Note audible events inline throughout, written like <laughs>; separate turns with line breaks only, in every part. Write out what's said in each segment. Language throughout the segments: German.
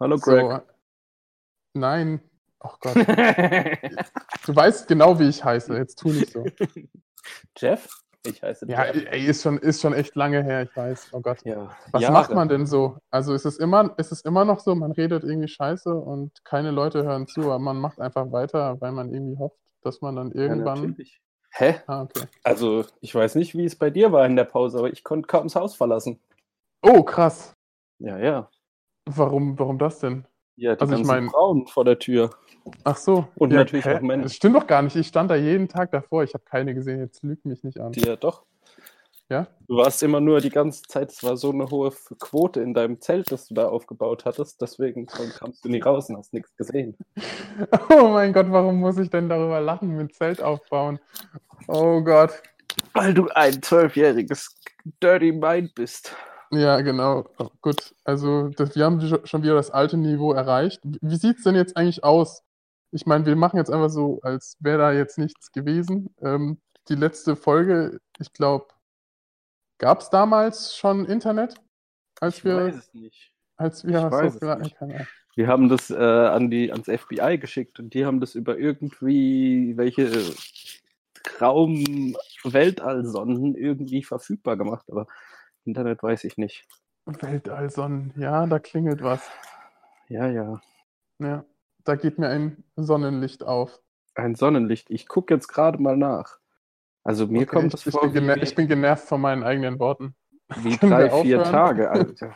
Hallo
So,
Greg.
nein. Ach Gott. Du weißt genau, wie ich heiße. Jetzt tu nicht so.
<laughs> Jeff? Ich heiße
Ja,
Jeff.
ey, ist schon, ist schon echt lange her, ich weiß. Oh Gott.
Ja,
Was
Jahre.
macht man denn so? Also ist es, immer, ist es immer noch so, man redet irgendwie scheiße und keine Leute hören zu, aber man macht einfach weiter, weil man irgendwie hofft, dass man dann
Ja,
irgendwann.
natürlich. Hä?
ah, okay.
Also, ich weiß nicht, wie es bei dir war in der Pause, aber ich konnte kaum das Haus verlassen.
Oh, krass.
Ja, ja.
Warum, warum das denn?
Ja, die
Also ich
ganzen
mein-
Frauen vor der Tür.
Ach so.
Und natürlich
hä?
auch Männer.
Das stimmt doch gar nicht. Ich stand da jeden Tag davor. Ich habe keine gesehen. Jetzt lügt mich nicht an.
Die ja doch.
Ja?
Du warst immer nur die ganze Zeit, es war so eine hohe F- Quote in deinem Zelt, das du da aufgebaut hattest, deswegen kamst du nie raus und hast nichts gesehen.
<laughs> Oh mein Gott, warum muss ich denn darüber lachen mit Zelt aufbauen? Oh Gott.
Weil du ein zwölfjähriges Dirty Mind bist.
Ja, genau. Gut. Also, das, wir haben scho- schon wieder das alte Niveau erreicht. Wie- Wie sieht es denn jetzt eigentlich aus? Ich meine, wir machen jetzt einfach so, als wäre da jetzt nichts gewesen. Ähm, die letzte Folge, ich glaube, gab es damals schon Internet? Als
Ich
wir,
weiß es nicht.
als
ich
wir
weiß es
gera-
nicht.
keine Ahnung.
Wir haben das äh, an die, ans FBI geschickt und die haben das über irgendwie welche Raum-Weltallsonden irgendwie verfügbar gemacht, aber Internet weiß ich nicht.
Weltallsonnen. Ja, da klingelt was.
Ja, ja.
Ja, da geht mir ein Sonnenlicht auf.
Ein Sonnenlicht. Ich gucke jetzt gerade mal nach. Also mir
Okay,
kommt das
ich, ich
vor
bin
wie,
gener- ich bin genervt von meinen eigenen Worten. <laughs>
wie
Können
drei,
wir
vier
aufhören?
Tage,
<laughs>
Alter.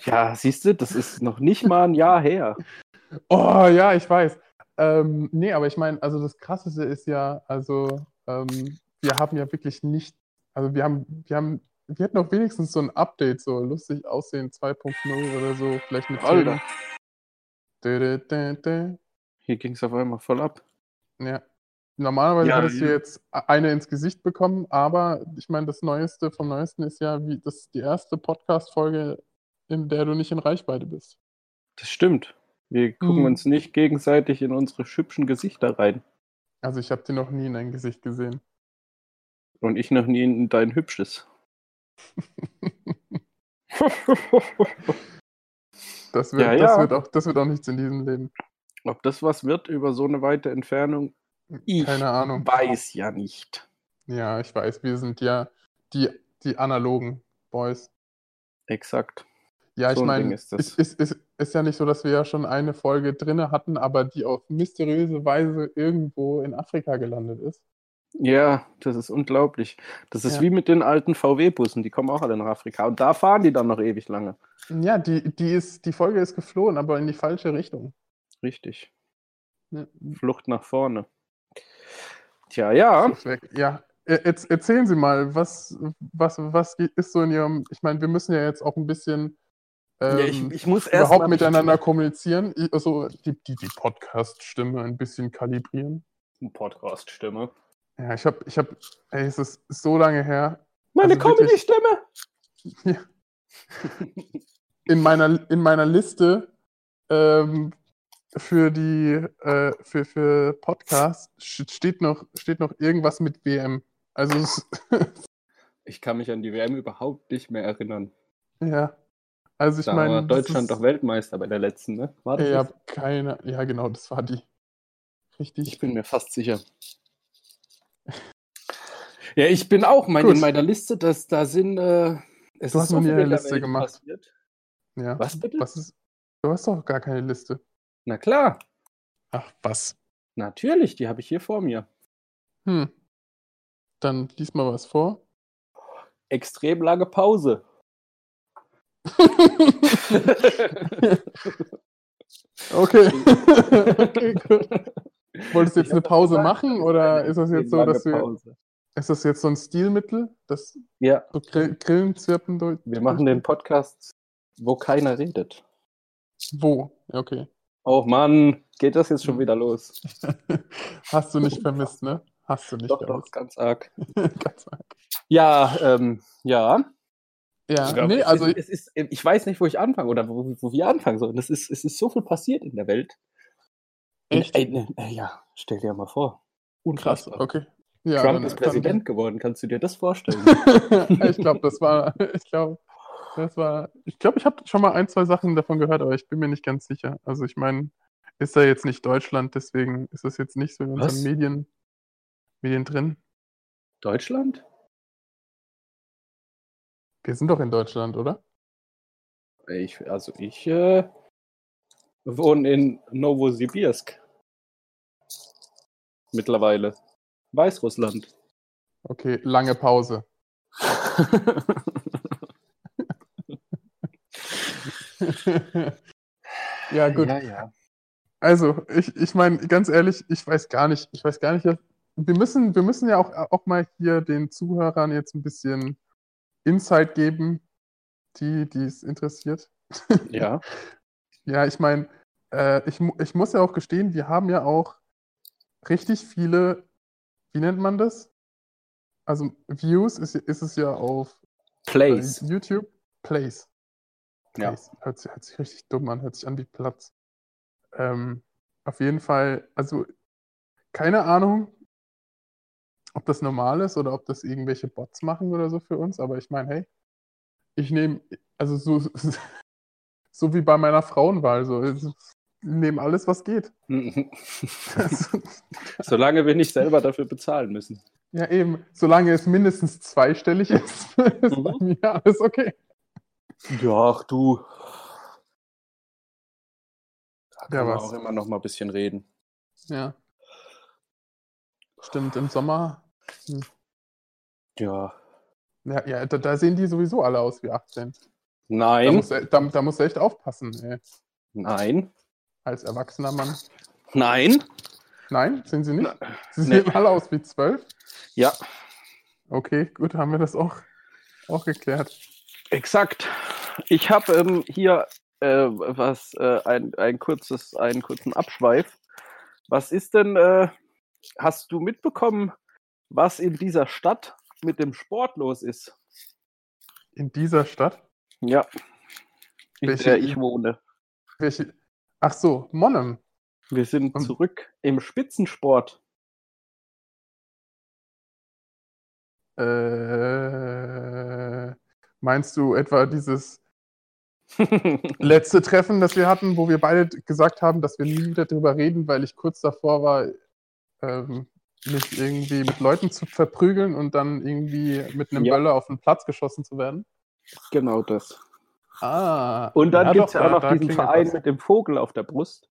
ja, siehst du, das ist noch nicht mal ein Jahr her.
Oh ja, ich weiß. Ähm, nee, aber ich meine, also das Krasseste ist ja, also ähm, wir haben ja wirklich nicht, also wir haben, wir haben, wir hätten auch wenigstens so ein Update, so lustig aussehen 2.0 oder so, vielleicht mit
Alter.
Tönen. Dö, dö, dö, dö.
Hier ging es auf einmal voll ab.
Ja. Normalerweise
Ja,
hattest du
ja.
jetzt eine ins Gesicht bekommen, aber ich meine, das Neueste vom Neuesten ist ja, wie, das ist die erste Podcast-Folge, in der du nicht in Reichweite bist.
Das stimmt. Wir gucken
Hm.
uns nicht gegenseitig in unsere hübschen Gesichter rein.
Also ich habe dir noch nie in dein Gesicht gesehen.
Und ich noch nie in dein
<laughs>
hübsches.
Das wird,
Ja,
das
ja.
wird auch, das wird auch nichts in diesem Leben.
Ob das was wird über so eine weite Entfernung? Ich
Keine Ahnung.
weiß ja nicht.
Ja, ich weiß, wir sind ja die, die analogen Boys.
Exakt.
Ja, ich
So ein
meine,
Ding ist das.
ist, ist, ist, ist ja nicht so, dass wir ja schon eine Folge drinne hatten, aber die auf mysteriöse Weise irgendwo in Afrika gelandet ist.
Ja, das ist unglaublich. Das ist
Ja.
wie mit den alten VW-Bussen, die kommen auch alle nach Afrika. Und da fahren die dann noch ewig lange.
Ja, die, die ist, die Folge ist geflohen, aber in die falsche Richtung.
Richtig.
Ne?
Flucht nach vorne. Tja, ja.
Ist weg. Ja. E- Jetzt erzählen Sie mal, was, was, was ge- ist so in Ihrem. Ich meine, wir müssen ja jetzt auch ein bisschen ähm,
ja ich, ich muss erst
überhaupt
mal-
miteinander kommunizieren. Ich- Also die, die, die Podcast-Stimme ein bisschen kalibrieren. Also
Podcast-Stimme.
Ja, ich habe, ich habe, ey, es ist so lange her.
Meine
Also wirklich-
Comedy-Stimme!
in meiner, in meiner Liste ähm, für die äh, für, für Podcasts sch- steht noch, steht noch irgendwas mit WM. Also es, <laughs>
Ich kann mich an die WM überhaupt nicht mehr erinnern.
ja. Also ich
Da
meine.
war
das
Deutschland
ist-
doch Weltmeister bei der letzten, ne? War das
Ich habe
das?
keine. Ja, genau, das war die.
Ich
Richtig.
bin mir fast sicher. Ja, ich bin auch mein,
Gut.
in meiner Liste, dass da sind. Äh, es
Du hast noch nie
viel
eine
in der
Liste
Welt
gemacht.
Passiert.
Ja.
Was bitte?
Was ist. Du hast doch gar keine Liste.
Na klar,
Ach, was?
natürlich, die habe ich hier vor mir.
Hm. Dann lies mal was vor.
Extrem lange Pause. <laughs> <laughs>
okay. okay, gut. Wolltest du
Ich
jetzt
hab
eine
doch
Pause
gesagt,
machen
das
oder
eine
ist das jetzt so,
lange
dass du.
Pause.
Ist das jetzt so ein Stilmittel? Das
Ja,
so Grill, Grillen zirpen durch.
wir machen den Podcast, wo keiner redet.
Wo?
<laughs>
Ja, Okay.
Oh Mann, geht das jetzt schon wieder los?
Hast du nicht vermisst, ne? Hast du nicht
Doch, doch,
vermisst.
ganz arg.
<laughs> Ganz arg.
Ja, ähm, ja.
ja,
glaub,
nee,
es
also
ist, es ist, ich weiß nicht, wo ich anfange oder wo, wo wir anfangen sollen. Das ist, es ist so viel passiert in der Welt. In-
Echt?
Ey, ne, ey, ja, stell dir mal vor.
krass,
Unfassbar.
okay. Ja,
Trump
dann-
ist
dann- <laughs>
Präsident geworden, kannst du dir das vorstellen?
ich glaube, das war, ich glaube, Das war, ich glaube, ich habe schon mal ein, zwei Sachen davon gehört, aber ich bin mir nicht ganz sicher. Also ich meine, ist da jetzt nicht Deutschland, deswegen ist das jetzt nicht so in unseren
Was?
Medien, Medien drin.
Deutschland?
Wir sind doch in Deutschland, oder?
Ich, also ich äh, wohne in Novosibirsk. Mittlerweile. Weißrussland.
Okay, lange Pause. ja, <laughs> gut.
Ja, ja.
Also, ich, ich meine, ganz ehrlich, ich weiß gar nicht, ich weiß gar nicht, wir müssen, wir müssen ja auch, auch mal hier den Zuhörern jetzt ein bisschen Insight geben, die, die es interessiert.
Ja,
Ja, ich meine, äh, ich, mu- ich muss ja auch gestehen, wir haben ja auch richtig viele, wie nennt man das? Also Views ist, ist es ja auf
Place.
äh, YouTube. Plays.
Ja.
Plays. Hört, sich- hört sich richtig dumm an, hört sich an wie Platz. Ähm, auf jeden Fall, also keine Ahnung, ob das normal ist oder ob das irgendwelche Bots machen oder so für uns, aber ich meine, hey, ich nehme, also so, <laughs> so wie bei meiner Frauenwahl, so, ich nehme alles, was
<laughs>
geht. Also,
Solange wir nicht selber dafür bezahlen müssen.
ja, eben, solange es mindestens zweistellig ist, <laughs> ist bei
Mhm.
mir alles okay.
Ja, ach du. Da
Ja,
kann man
was?
auch immer noch mal ein bisschen reden.
Ja. Stimmt, im Sommer.
Ja.
Ja, ja da, da sehen die sowieso alle aus wie 18. Da
Nein,
musst, du- da, da musst du echt aufpassen, ey.
nein,
Als erwachsener Mann.
nein.
Nein, sind sie nicht? Sie
nee.
sehen alle aus wie 12?
Ja,
Okay, gut, haben wir das auch, auch geklärt.
exakt. Ich habe ähm, hier äh, was äh, ein, ein kurzes, einen kurzen Abschweif. Was ist denn? Äh, hast du mitbekommen, was in dieser Stadt mit dem Sport los ist?
In dieser Stadt?
Ja, in
Welche-
der ich wohne.
Welche? Ach so, Monnem.
Wir sind
Und-
zurück im Spitzensport.
Äh, meinst du
<laughs>
etwa dieses letzte Treffen, das wir hatten, wo wir beide gesagt haben, dass wir nie wieder drüber reden, weil ich kurz davor war, ähm, mich irgendwie mit Leuten zu verprügeln und dann irgendwie mit einem
Ja.
Böller auf den Platz geschossen zu werden.
genau das.
Ah.
Und dann
ja
gibt es
doch,
ja auch
da-
noch
da
diesen
klingelt
Verein
was.
mit dem Vogel auf der Brust,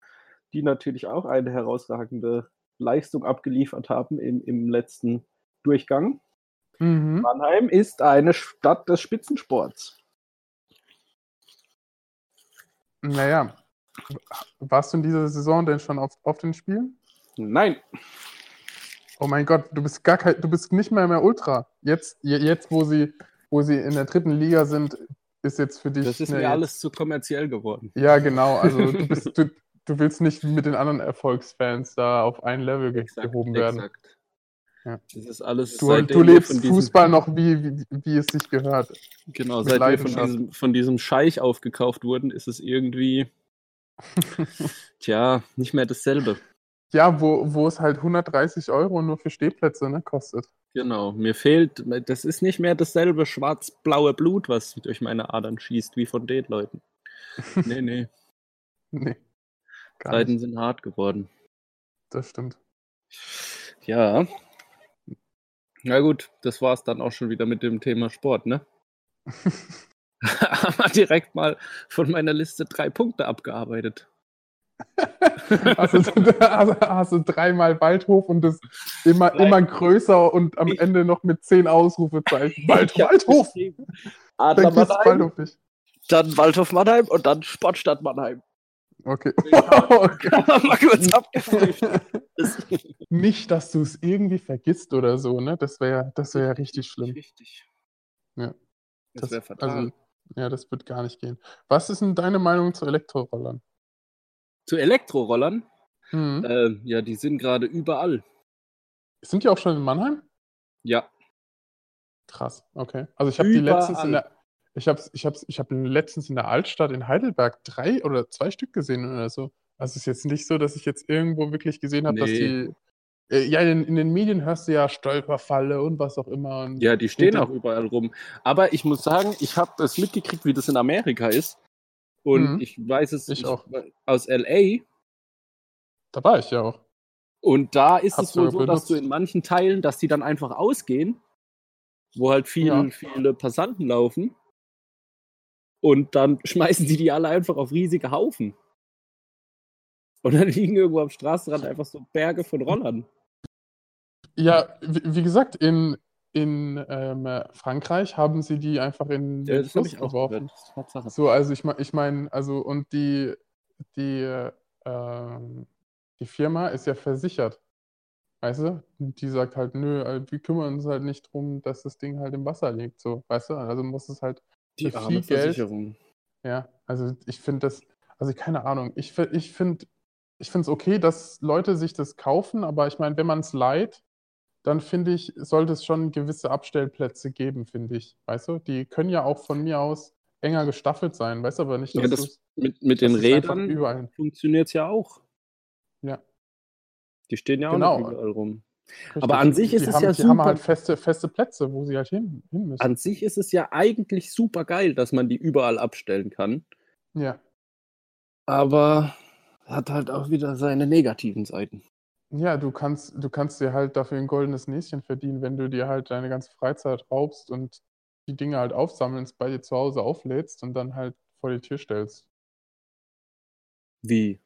die natürlich auch eine herausragende Leistung abgeliefert haben im, im letzten Durchgang.
Mhm.
Mannheim ist eine Stadt des Spitzensports.
Naja. Warst du in dieser Saison denn schon auf, auf den Spielen?
Nein,
Oh mein Gott, du bist gar kein, du bist nicht mehr mehr Ultra. Jetzt, je- jetzt wo sie, wo sie in der dritten Liga sind, ist jetzt für dich
das ist
ne,
mir
jetzt-
alles zu kommerziell geworden.
Ja, genau. Also du, bist, du, du willst nicht mit den anderen Erfolgsfans da auf ein Level ge gehoben werden.
exakt.
Ja.
Das ist alles
Du,
seitdem
du
wir
lebst
von diesem-
Fußball noch, wie, wie, wie es sich gehört.
Genau,
mit
seit wir von
Leidenschaft.
diesem, von diesem Scheich aufgekauft wurden, ist es
<laughs>
irgendwie, tja, nicht mehr dasselbe.
Ja, wo, wo es halt 130 Euro nur für Stehplätze ne, kostet.
Genau, mir fehlt, das ist nicht mehr dasselbe schwarz-blaue Blut, was durch meine Adern schießt, wie von den
<laughs>
Leuten. Nee, nee,
Nee. Gar
Zeiten
nicht.
sind hart geworden.
Das stimmt.
Ja. Na gut, das war's dann auch schon wieder mit dem Thema Sport,
<laughs>
ne? Aber direkt mal von meiner Liste drei Punkte abgearbeitet.
Hast du, <laughs> also hast du dreimal Waldhof und das immer,
Nein.
immer größer und am
Ich-
Ende noch mit
<laughs>
zehn Ausrufezeichen. Wald,
Ich hab
Waldhof!
geschrieben,
Dann
Adler
gibt's
Mannheim,
Waldhof nicht.
dann Waldhof Mannheim und dann Sportstadt Mannheim. <laughs>
<laughs> Okay.
mal
<laughs>
kurz abgefrühstückt. Das-
Nicht, dass du es irgendwie vergisst oder so, ne? Das wäre das wär ja richtig schlimm.
Richtig.
Ja.
Das wäre fatal.
also, ja, das wird gar nicht gehen. Was ist denn deine Meinung zu Elektrorollern?
Zu Elektrorollern,
Hm.
äh, ja, die sind gerade überall.
Sind die auch schon in Mannheim?
Ja,
Krass, okay. Also ich habe die
Überall.
letztens in der ich hab's, ich hab's, ich hab letztens in der Altstadt in Heidelberg drei oder zwei Stück gesehen oder so. Also es ist jetzt nicht so, dass ich jetzt irgendwo wirklich gesehen habe, dass
Nee.
die Äh, ja, in, in den Medien hörst du ja Stolperfalle und was auch immer. Und
Ja, die stehen
Und-
auch überall rum. Aber ich muss sagen, ich habe das mitgekriegt, wie das in Amerika ist. Und
Mhm.
ich weiß es
Ich auch.
aus LA.
Da war ich ja auch.
Und da ist
Hab's
es wohl so,
sogar
dass du
benutzt.
in manchen Teilen, dass die dann einfach ausgehen, wo halt viel,
Ja.
viele Passanten laufen. Und dann <laughs> schmeißen die die alle einfach auf riesige Haufen. Und dann liegen irgendwo am Straßenrand einfach so Berge von Rollern.
Ja, wie, wie gesagt, in, in ähm, äh, Frankreich haben sie die einfach in den
hab
Fluss geworfen.
gehört. Das ist Tatsache.
So, also ich meine, ich mein, also und die, die, ähm, die Firma ist ja versichert. Weißt du? Und Die sagt halt, nö, äh, wir kümmern uns halt nicht drum, dass das Ding halt im Wasser liegt. So, weißt du? Also muss es halt,
Die
Für
arme
viel Geld.
Versicherung.
ja, also ich finde das, also keine Ahnung, ich, fi- ich finde, ich finde es okay, dass Leute sich das kaufen, aber ich meine, wenn man es leiht, dann finde ich, sollte es schon gewisse Abstellplätze geben, finde ich. Weißt du? Die können ja auch von mir aus enger gestaffelt sein, weißt du, aber nicht,
Ja,
dass
das-
du's-
Mit, mit
das
den
ist einfach
Rädern
Überall.
funktioniert es ja auch.
Ja.
Die stehen ja auch
Genau.
nicht überall rum.
Richtig.
Aber an sich ist
die
es
haben,
ja
die haben
super-
halt feste, feste Plätze, wo sie halt hin, hin müssen.
An sich ist es ja eigentlich super geil, dass man die überall abstellen kann.
ja.
Aber hat halt auch wieder seine negativen Seiten.
ja, du kannst, du kannst dir halt dafür ein goldenes Näschen verdienen, wenn du dir halt deine ganze Freizeit raubst und die Dinge halt aufsammelst, bei dir zu Hause auflädst und dann halt vor die Tür stellst.
Wie?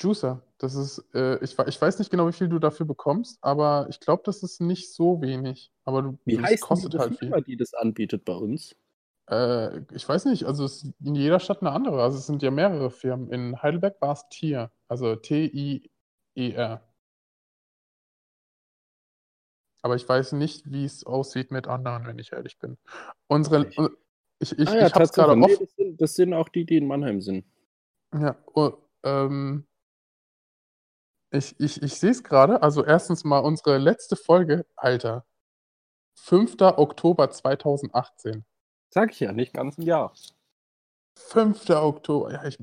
Juicer, das ist, äh, ich, we- ich weiß nicht genau, wie viel du dafür bekommst, aber ich glaube, das ist nicht so wenig. Aber du,
Wie
das
heißt
kostet
die
halt viel.
Firma, die das anbietet bei uns?
Äh, ich weiß nicht, also es ist in jeder Stadt eine andere. Also es sind ja mehrere Firmen. In Heidelberg war es TIER, also E T-I-E-R. Aber ich weiß nicht, wie es aussieht mit anderen, wenn ich ehrlich bin. Unsere,
Echt?
un- ich, ich,
Ah
ich habe es
Tatsache.
gerade
Nee,
offen.
das, sind, das sind auch die, die in Mannheim sind.
Ja, oh, ähm, ich, ich, ich sehe es gerade. Also erstens mal unsere letzte Folge, Alter. 5. Oktober 2018.
Sag ich ja, nicht ganz ein Jahr.
5. Oktober, ja, ich.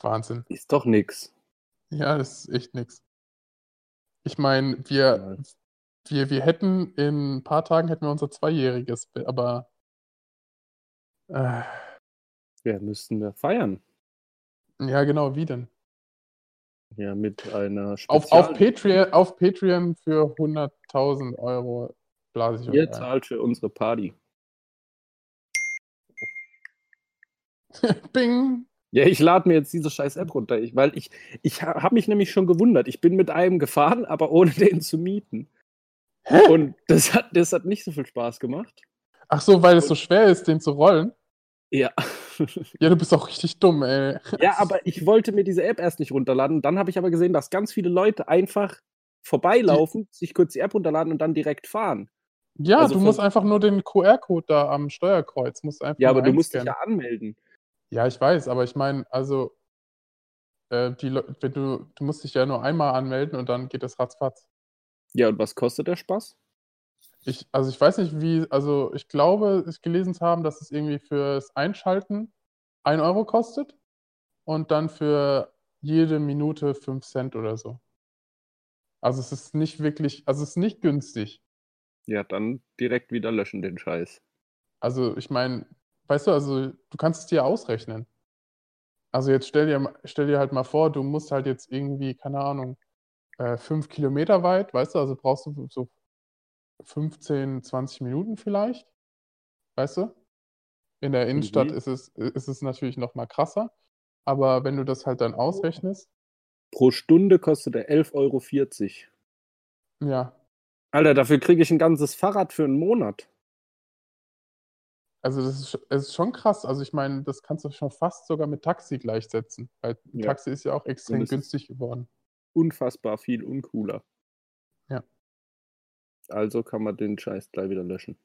Wahnsinn.
Ist doch nix.
Ja, das ist echt nix. Ich meine, wir, wir, wir hätten in ein paar Tagen hätten wir unser Zweijähriges, aber äh,
Ja, müssten wir feiern.
ja, genau, wie denn?
Ja, mit einer
Auf, auf,
Spezial-
Patreon, auf Patreon für 100.000 Euro blase ich euch
Ihr
ein.
zahlt für unsere Party.
Bing!
Ja, ich lade mir jetzt diese scheiß App runter, ich, weil ich, ich habe mich nämlich schon gewundert. Ich bin mit einem gefahren, <laughs> aber ohne den zu mieten.
Hä?
Und das hat, das hat nicht so viel Spaß gemacht.
Ach so, weil es so schwer ist, den zu rollen.
Ja. <laughs>
Ja, du bist auch richtig dumm, ey.
ja, aber ich wollte mir diese App erst nicht runterladen. Dann habe ich aber gesehen, dass ganz viele Leute einfach vorbeilaufen, sich kurz die App runterladen und dann direkt fahren.
Ja,
Also
du
für-
musst einfach nur den QR-Code da am Steuerkreuz, musst einfach
Ja,
nur
aber du musst dich ja
einscannen.
anmelden.
Ja, ich weiß, aber ich meine, also, äh, die Leu- wenn du, du musst dich ja nur einmal anmelden und dann geht das ratzfatz.
Ja, und was kostet der Spaß?
Ich, also ich weiß nicht, wie, also ich glaube, ich gelesen zu haben, dass es irgendwie fürs Einschalten 1 Euro kostet und dann für jede Minute 5 Cent oder so. Also es ist nicht wirklich, also es ist nicht günstig.
Ja, dann direkt wieder löschen den Scheiß.
Also ich meine, weißt du, also du kannst es dir ausrechnen. Also jetzt stell dir, ma- stell dir halt mal vor, du musst halt jetzt irgendwie, keine Ahnung, äh, fünf Kilometer weit, weißt du, also brauchst du so 15, 20 Minuten vielleicht, weißt du? In der Innenstadt
Mhm.
ist es, ist es natürlich noch mal krasser, aber wenn du das halt dann ausrechnest,
Pro Stunde kostet er 11,40 Euro.
ja,
Alter, dafür kriege ich ein ganzes Fahrrad für einen Monat.
also das ist, es ist schon krass. Also ich meine, das kannst du schon fast sogar mit Taxi gleichsetzen, weil
Ja.
Taxi ist ja auch extrem
es ist-
günstig geworden.
Unfassbar viel uncooler.
Ja.
Also kann man den Scheiß gleich wieder löschen.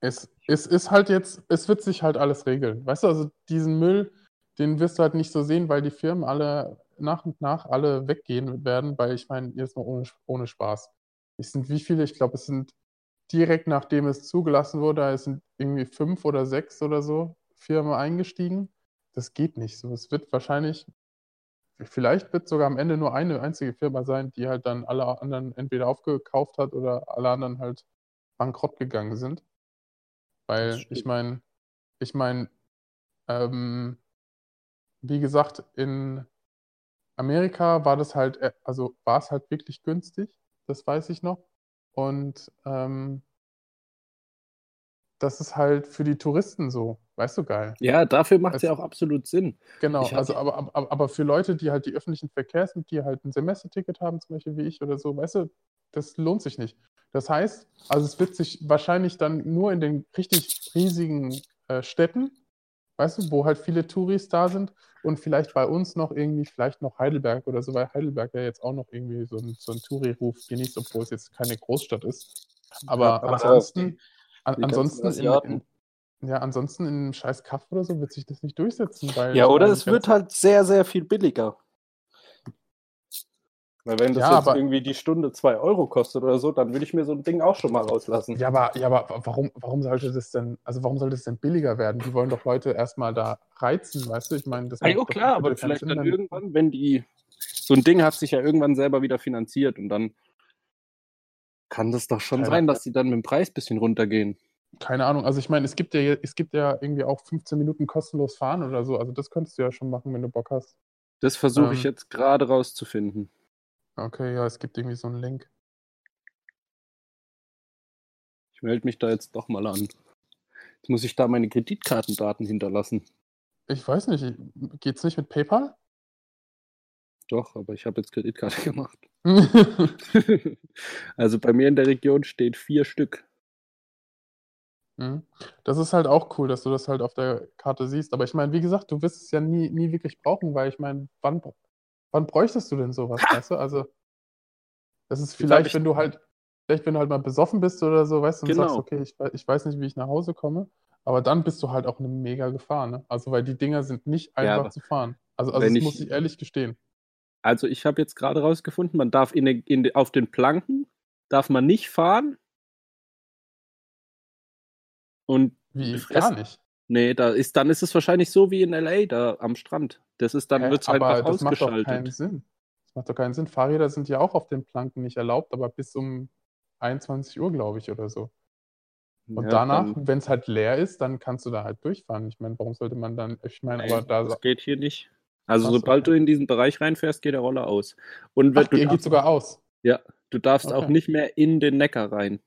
Es, es ist halt jetzt, es wird sich halt alles regeln. Weißt du, also diesen Müll, den wirst du halt nicht so sehen, weil die Firmen alle nach und nach alle weggehen werden, weil ich meine, jetzt mal ohne, ohne Spaß. Es sind wie viele? Ich glaube, es sind direkt nachdem es zugelassen wurde, es sind irgendwie fünf oder sechs oder so Firmen eingestiegen. Das geht nicht so. Es wird wahrscheinlich vielleicht wird sogar am Ende nur eine einzige Firma sein, die halt dann alle anderen entweder aufgekauft hat oder alle anderen halt bankrott gegangen sind. Weil ich meine, ich meine, ähm, wie gesagt, in Amerika war das halt, äh, also war es halt wirklich günstig, das weiß ich noch. Und ähm, das ist halt für die Touristen so, weißt du, geil.
Ja, dafür macht es ja auch absolut Sinn.
Genau,
Ich hab-
also aber, aber, aber für Leute, die halt die öffentlichen Verkehrsmittel, die halt ein Semesterticket haben, zum Beispiel wie ich oder so, weißt du, das lohnt sich nicht. Das heißt, also es wird sich wahrscheinlich dann nur in den richtig riesigen äh, Städten, weißt du, wo halt viele Touris da sind und vielleicht bei uns noch irgendwie, vielleicht noch Heidelberg oder so, weil Heidelberg ja jetzt auch noch irgendwie so einen so einen Touri-Ruf genießt, obwohl es jetzt keine Großstadt ist. Aber,
Ja, aber-
ansonsten, an,
Die ganzen
ansonsten, in,
Asiaten.
in, ja, ansonsten in einem scheiß Kaff oder so wird sich das nicht durchsetzen, weil
Ja, oder
weil
es
die
wird halt sehr, sehr viel billiger. Weil wenn das
Ja,
jetzt
aber-
irgendwie die Stunde 2 Euro kostet oder so, dann würde ich mir so ein Ding auch schon mal rauslassen.
Ja, aber, ja, aber warum, warum sollte das denn, also warum sollte das denn billiger werden? Die wollen doch Leute erstmal da reizen, weißt du? Ich meine, das
Ja,
macht
Ah, jo,
doch
klar,
bitte
aber
keinen
vielleicht
Sinn,
dann
wenn-
irgendwann, wenn die. So ein Ding hat sich ja irgendwann selber wieder finanziert und dann kann das doch schon
Keine
sein, dass die dann mit dem Preis ein bisschen runtergehen.
Keine Ahnung. Also ich meine, es gibt ja es gibt ja irgendwie auch 15 Minuten kostenlos fahren oder so. Also das könntest du ja schon machen, wenn du Bock hast.
Das versuche ich
Ähm.
jetzt gerade rauszufinden.
Okay, ja, es gibt irgendwie so einen Link.
Ich melde mich da jetzt doch mal an. Jetzt muss ich da meine Kreditkartendaten hinterlassen.
Ich weiß nicht, ich- geht's nicht mit PayPal? <laughs>
Doch, aber ich habe jetzt Kreditkarte <laughs> gemacht.
Hm,
<laughs> also bei mir in der Region steht vier Stück. Mhm.
das ist halt auch cool, dass du das halt auf der Karte siehst. Aber ich meine, wie gesagt, du wirst es ja nie, nie wirklich brauchen, weil ich meine, wann, wann bräuchtest du denn sowas, weißt du? Also, das ist
hab
vielleicht,
ich-
wenn du halt, vielleicht, wenn du halt mal besoffen bist oder so, weißt du, und sagst,
Genau.
okay, ich, we- ich weiß nicht, wie ich nach Hause komme. Aber dann bist du halt auch eine mega Gefahr, ne? Also, weil die Dinger sind nicht einfach
aber
zu fahren. Also, also
wenn
das
ich-
muss ich ehrlich gestehen.
Also ich habe jetzt gerade rausgefunden, man darf in, den- in, den- auf den Planken darf man nicht fahren. Und
Wie?
Fress-
Gar nicht.
nee, da ist, dann ist es wahrscheinlich so wie in LA da am Strand. Das ist, dann
Hä?
wird es halt
aber
noch
das macht doch keinen
ausgeschaltet.
Sinn. Das macht doch keinen Sinn. Fahrräder sind ja auch auf den Planken nicht erlaubt, aber bis um 21 Uhr, glaube ich, oder so. Und
Ja,
danach,
dann-
wenn es halt leer ist, dann kannst du da halt durchfahren. Ich meine, warum sollte man dann, ich meine,
Nee,
aber da
das geht hier nicht. Also
Ach so,
sobald
okay.
du in diesen Bereich reinfährst, geht der Roller aus. Und wenn
Ach,
du,
ihr geht
darfst, <laughs>
sogar aus.
du darfst auch
Okay.
nicht mehr in den Neckar
<laughs>
rein.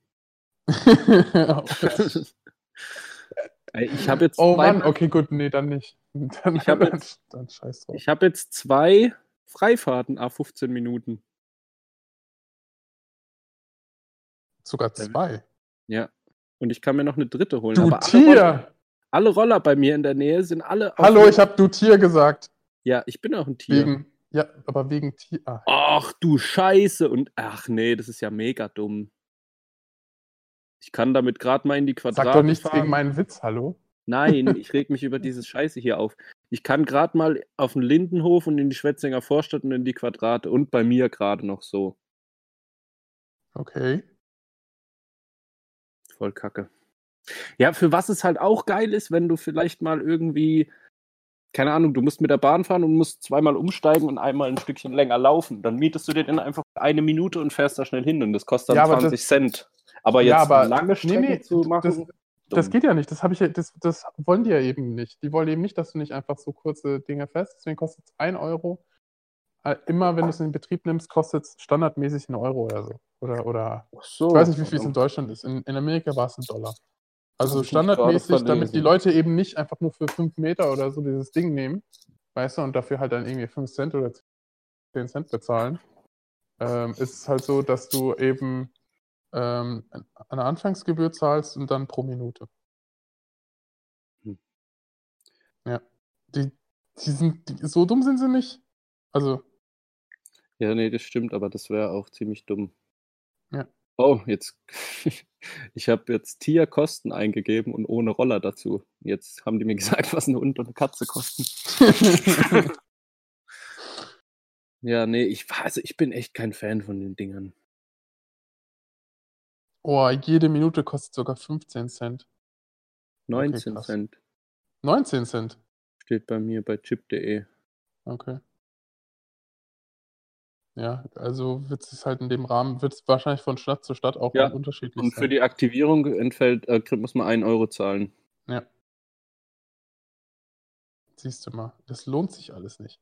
Ey, ich habe jetzt,
oh
zwei-
Mann, okay, gut, nee, dann nicht. <laughs> Dann,
Ich hab
<laughs> dann, scheiß drauf.
ich hab jetzt zwei Freifahrten a 15 Minuten.
Sogar zwei.
Ja. Und ich kann mir noch eine dritte holen.
Du
aber alle Roller,
Tier!
alle Roller bei mir in der Nähe sind alle. auf-
Hallo, ich habe du Tier gesagt.
Ja, ich bin auch ein Tier.
Wegen, ja, aber wegen Tier. Ah,
Ach du Scheiße. Und ach nee, das ist ja mega dumm. Ich kann damit gerade mal in die Quadrate
sag doch nichts
fahren.
gegen meinen Witz, hallo? <laughs>
Nein, ich reg mich über dieses Scheiße hier auf. Ich kann gerade mal auf den Lindenhof und in die Schwetzinger Vorstadt und in die Quadrate und bei mir gerade noch so.
Okay.
Voll kacke. Ja, für was es halt auch geil ist, wenn du vielleicht mal irgendwie, keine Ahnung, du musst mit der Bahn fahren und musst zweimal umsteigen und einmal ein Stückchen länger laufen. Dann mietest du dir den einfach eine Minute und fährst da schnell hin und das kostet
Ja,
dann
aber
20
das-
Cent. Aber jetzt
Ja, aber-
lange Strecken
nee,
zu
das-
machen,
Das
dumm.
geht ja nicht. Das habe ich ja, das, das wollen die ja eben nicht. Die wollen eben nicht, dass du nicht einfach so kurze Dinge fährst. Deswegen kostet es 1 Euro. Äh, Immer wenn du es in Betrieb nimmst, kostet es standardmäßig einen Euro oder so. Oder, oder
Ach so.
ich weiß nicht, wie viel es in Deutschland ist. In, in Amerika war es ein Dollar. Also
Hab ich mich gerade
standardmäßig, damit
verlesen.
die Leute eben nicht einfach nur für 5 Meter oder so dieses Ding nehmen, weißt du, und dafür halt dann irgendwie 5 Cent oder 10 Cent bezahlen, ähm, ist es halt so, dass du eben ähm, eine Anfangsgebühr zahlst und dann pro Minute.
Hm.
Ja. Die, die sind, die, so dumm sind sie nicht. Also, <laughs>
Ja, nee, das stimmt, aber das wäre auch ziemlich dumm.
Ja.
Oh, jetzt. <laughs> Ich habe jetzt Tierkosten eingegeben und ohne Roller dazu. Jetzt haben die mir <laughs> gesagt, was ein Hund und eine Katze kosten. Ja, nee, ich, also ich bin echt kein Fan von den Dingern.
oh, jede Minute kostet sogar 15 Cent.
19
krass.
Cent
19 Cent.
steht bei mir bei chip.de.
Okay. Ja, also wird es halt in dem Rahmen, wird es wahrscheinlich von Stadt zu Stadt auch
Ja.
dann unterschiedlich
Und für
sein.
die Aktivierung entfällt, äh, kriegt- muss man einen Euro zahlen.
Siehst du mal, das lohnt sich alles nicht.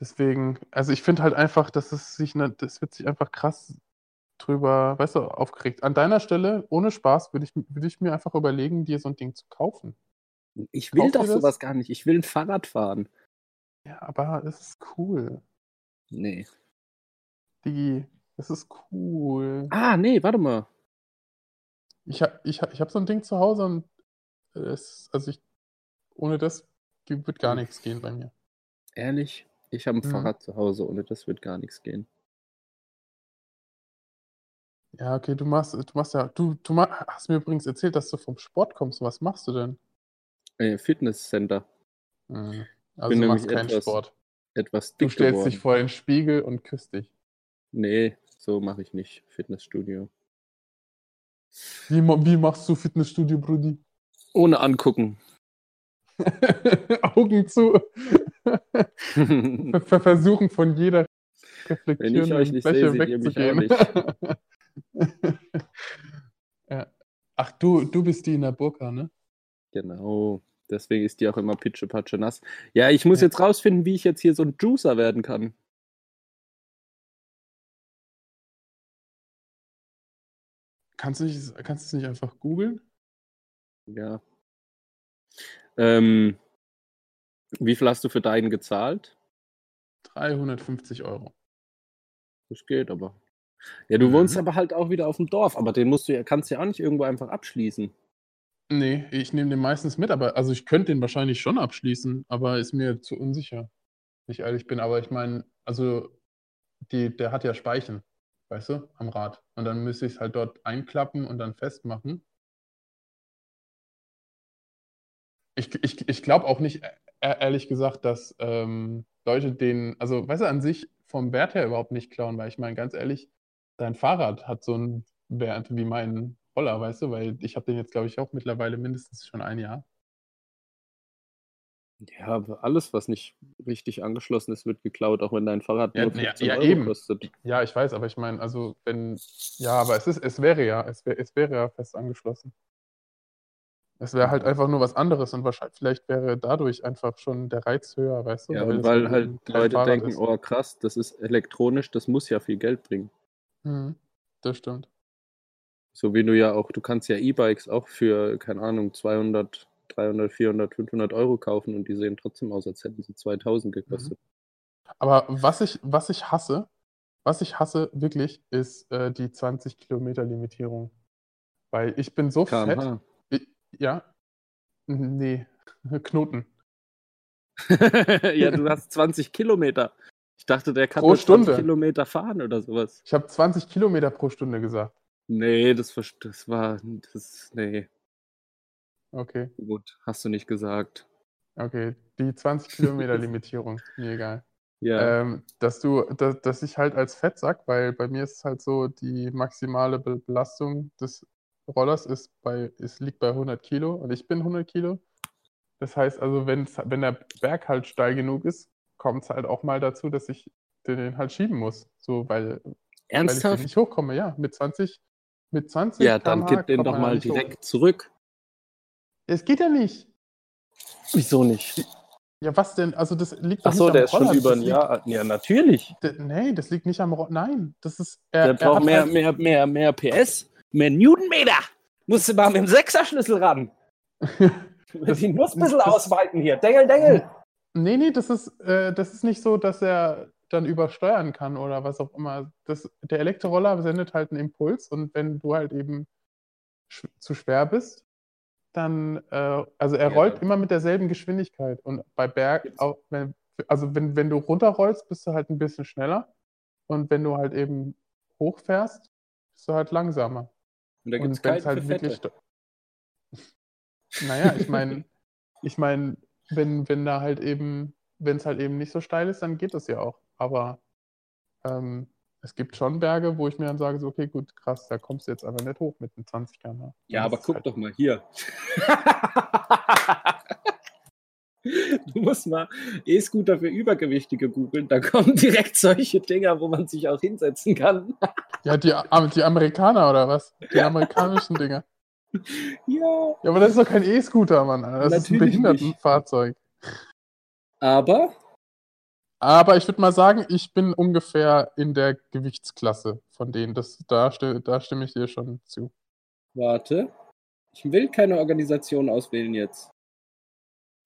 Deswegen, also ich finde halt einfach, dass es sich, ne, das wird sich einfach krass drüber, weißt du, aufgeregt. An deiner Stelle, ohne Spaß, würde ich, würde ich mir einfach überlegen, dir so ein Ding zu kaufen.
Ich will
Kauft
doch
ihr das?
sowas gar nicht. Ich will ein Fahrrad fahren.
Ja, aber es ist cool.
Nee.
Digi, es ist cool.
Ah, nee, warte mal.
Ich, ha, ich, ha, ich habe so ein Ding zu Hause und äh, es, also ich, ohne das wird gar nichts gehen bei mir.
Ehrlich? Ich habe ein
Mhm.
Fahrrad zu Hause. Ohne das wird gar nichts gehen.
Ja, okay, du machst, du machst ja, du, du ma- hast mir übrigens erzählt, dass du vom Sport kommst. Was machst du denn?
Äh, Fitnesscenter.
Mhm. Also
bin nämlich
du machst keinen
etwas
Sport.
Etwas
Du
dick
stellst
geworden.
dich vor den Spiegel und küsst dich.
Nee, so mache ich nicht. Fitnessstudio.
Wie, ma- wie machst du Fitnessstudio, Brudi? <laughs>
Ohne angucken. <laughs>
Augen zu. <laughs>
Wenn
Ver- ver- Versuchen von jeder
ich euch
reflektierenden
nicht sehe,
Fläche
seht ihr mich auch
wegzugehen. <laughs> ja. Ach, du, du bist die in der Burka, ne?
genau. Deswegen ist die auch immer pitschepatsche nass. Ja, ich muss
Ja.
jetzt rausfinden, wie ich jetzt hier so ein Juicer werden kann.
Kannst du, nicht, kannst du es nicht einfach googeln?
Ja. Ähm, wie viel hast du für deinen gezahlt?
350 Euro.
Das geht aber. Ja, du wohnst
Mhm.
aber halt auch wieder auf dem Dorf, aber den musst du ja, kannst du ja auch nicht irgendwo einfach abschließen.
Nee, ich nehme den meistens mit, aber also ich könnte den wahrscheinlich schon abschließen, aber ist mir zu unsicher, wenn ich ehrlich bin. Aber ich meine, also die, der hat ja Speichen, weißt du, am Rad. Und dann müsste ich es halt dort einklappen und dann festmachen. Ich, ich, ich glaube auch nicht, e- ehrlich gesagt, dass ähm, Leute den, also weißt du, an sich vom Wert her überhaupt nicht klauen, weil ich meine, ganz ehrlich, dein Fahrrad hat so einen Wert wie mein Roller, weißt du, weil ich habe den jetzt, glaube ich, auch mittlerweile mindestens schon ein Jahr.
Ja, aber alles, was nicht richtig angeschlossen ist, wird geklaut, auch wenn dein Fahrrad
Ja,
nur
ja,
15
ja,
Euro
eben.
kostet.
Ja, ich weiß, aber ich meine, also wenn, ja, aber es ist, es wäre ja, es, wär, es wäre ja fest angeschlossen. Es wäre halt einfach nur was anderes und wahrscheinlich, vielleicht wäre dadurch einfach schon der Reiz höher, weißt du?
Ja,
es
und weil
eben
halt
kein
Leute
Fahrrad
denken,
ist.
oh krass, das ist elektronisch, das muss ja viel Geld bringen.
Mhm, das stimmt.
So wie du ja auch, du kannst ja E-Bikes auch für, keine Ahnung, 200, 300, 400, 500 Euro kaufen und die sehen trotzdem aus, als hätten sie 2000 gekostet.
Mhm. Aber was ich, was ich hasse, was ich hasse wirklich, ist äh, die 20-Kilometer-Limitierung. Weil ich bin so fett,
KMH.
ich, ja, Hm, nee, <laughs> Knoten. <laughs>
ja, du hast 20 Kilometer. Ich dachte, der kann
Pro
nur 20
Stunde.
Kilometer fahren oder sowas.
Ich habe 20 Kilometer pro Stunde gesagt.
Nee, das, ver- das war, das, nee,
Okay.
gut, hast du nicht gesagt.
Okay, die 20 Kilometer Limitierung, mir egal.
Ja,
Ähm, dass du, dass, dass ich halt als Fettsack, weil bei mir ist es halt so, die maximale Be- Belastung des Rollers ist bei, es liegt bei 100 Kilo und ich bin 100 Kilo. Das heißt also, wenn's, wenn der Berg halt steil genug ist, kommt es halt auch mal dazu, dass ich den halt schieben muss. So, weil, weil ich den
ernsthaft?
nicht hochkomme, ja. Mit 20, mit 20
Ja, dann
km/h
gib den
kommt
doch
man ja
mal
nicht hoch.
direkt zurück.
Es geht ja nicht.
Wieso nicht?
Ja, was denn? Also das liegt doch
Ach so,
nicht
der
am
ist schon
Roller,
über ein
das liegt
Jahr alt. Ja, natürlich.
D- Nee, das liegt nicht am Rock. Nein, das ist.
Der
Er, er
braucht
hat
mehr,
halt,
mehr, mehr, mehr PS, mehr Newtonmeter.
Musst du mal mit dem Sechserschlüssel
<laughs>
ran.
Das-
Die Nussbüssel
das-
ausweiten hier. Dengel, Dengel.
Nee, nee, das ist, äh, das ist nicht so, dass er dann übersteuern kann oder was auch immer. Das, der Elektroroller sendet halt einen Impuls und wenn du halt eben sch zu schwer bist, dann, äh, also er
Ja,
rollt
dann-
immer mit derselben Geschwindigkeit und bei Berg,
Gibt's-
auch wenn, also wenn, wenn du runterrollst, bist du halt ein bisschen schneller und wenn du halt eben hochfährst, bist du halt langsamer.
Und da
Und wenn es halt wirklich. <laughs> Naja,
<laughs>
ich meine, ich meine, wenn, wenn da halt eben, wenn es halt eben nicht so steil ist, dann geht das ja auch. Aber ähm, es gibt schon Berge, wo ich mir dann sage, so, okay, gut, krass, da kommst du jetzt aber nicht hoch mit den ne? 20 km.
Ja, aber guck doch mal hier. <laughs> Du musst mal eh E-Scooter für Übergewichtige googeln, da kommen <laughs> direkt solche Dinger, wo man sich auch hinsetzen kann.
Ja, die, Am- die Amerikaner oder was? Die amerikanischen Dinger.
Ja.
Ja, aber das ist doch kein E-Scooter, Mann.
<laughs>
Alter.
Natürlich
Das ist ein Behindertenfahrzeug.
Aber
Aber ich würde mal sagen, ich bin ungefähr in der Gewichtsklasse von denen. Das, da, sti- da stimme ich dir schon zu.
Warte. Ich will keine Organisation auswählen jetzt.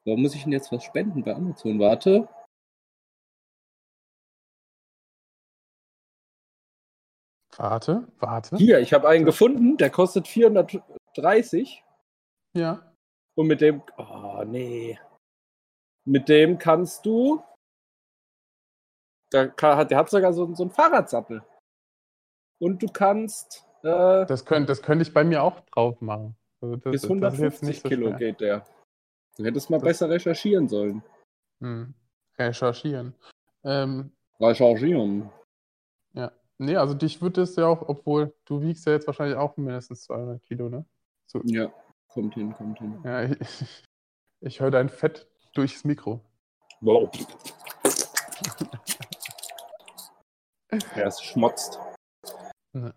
Warum muss ich denn jetzt was spenden bei Amazon? Warte.
Warte, warte.
Hier, ich habe einen gefunden, der kostet 430
Ja.
und mit dem. Oh, nee. Mit dem kannst du. Da ka- hat, der hat sogar so, so einen Fahrradsattel. Und du kannst äh,
Das könnte das könnte ich bei mir auch drauf machen. Also das,
bis
das ist jetzt
150
nicht so
Kilo
schwer.
geht der. Du hättest mal
Das-
besser recherchieren sollen.
Hm. Recherchieren. Ähm,
Recherchieren.
nee, also dich würde es ja auch, obwohl du wiegst ja jetzt wahrscheinlich auch mindestens 200 Kilo, ne? So,
Ja, kommt hin, kommt hin.
ja, ich, <laughs> ich höre dein Fett durchs Mikro. <laughs>
Wow. Er ist schmotzt.
Ja.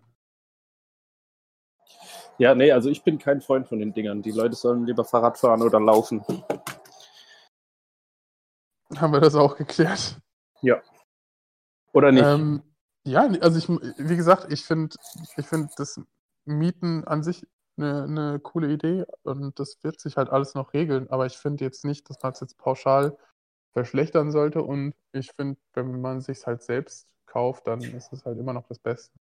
Ja, nee, also ich bin kein Freund von den Dingern. Die Leute sollen lieber Fahrrad fahren oder laufen.
Haben wir das auch geklärt?
Oder nicht?
Ähm, ja, also ich, wie gesagt, ich finde, ich finde das Mieten an sich eine ne coole Idee und das wird sich halt alles noch regeln, aber ich finde jetzt nicht, dass man es jetzt pauschal verschlechtern sollte und ich finde, wenn man sich halt selbst kauft, dann ist es halt immer noch das Beste.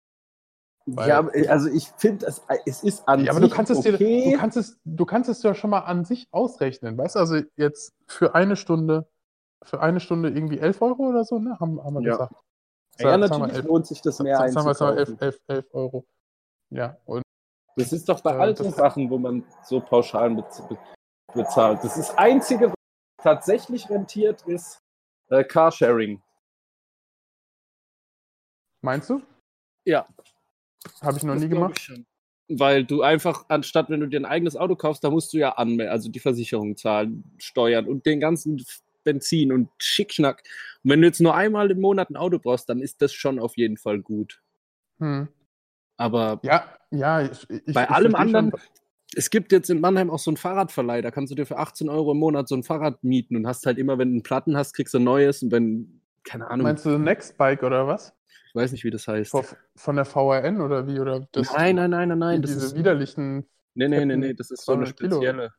weil-
ja, aber, äh, also ich finde, es, es ist an
Ja, aber du
sich
kannst es dir,
okay.
du kannst es, du kannst es ja schon mal an sich ausrechnen, weißt du? Also jetzt für eine Stunde, für eine Stunde irgendwie 11 Euro oder so, ne? Haben, haben wir
Ja.
gesagt.
ja,
Sagen wir
natürlich
11
lohnt sich das mehr
Sa- sagen wir jetzt mal 11,
einzukaufen.
11, 11 Euro. Ja, und
Das ist doch bei
Äh,
allen
das-
Sachen, wo man so pauschal be be bezahlt. Das ist Einzige, was tatsächlich rentiert, ist äh, Carsharing.
meinst du?
Ja.
Habe ich noch
Das
nie
glaub
gemacht.
ich schon. Weil du einfach, anstatt wenn du dir ein eigenes Auto kaufst, da musst du ja anmelden, also die Versicherung zahlen, Steuern und den ganzen F- Benzin und Schickschnack. Und wenn du jetzt nur einmal im Monat ein Auto brauchst, dann ist das schon auf jeden Fall gut.
Hm.
Aber
Ja, ja, ich, ich,
Bei
ich
allem
verstehe schon.
anderen- es gibt jetzt in Mannheim auch so einen Fahrradverleih, da kannst du dir für 18 Euro im Monat so ein Fahrrad mieten und hast halt immer, wenn du einen Platten hast, kriegst du ein neues und wenn, keine Ahnung,
Meinst du Nextbike oder was?
ich weiß nicht, wie das heißt.
Von, von der VRN oder wie? Oder das,
nein, nein, nein, nein, nein, das
diese
ist,
widerlichen.
nee, nee, nee, nee, das ist so eine
200 Kilo.
spezielle.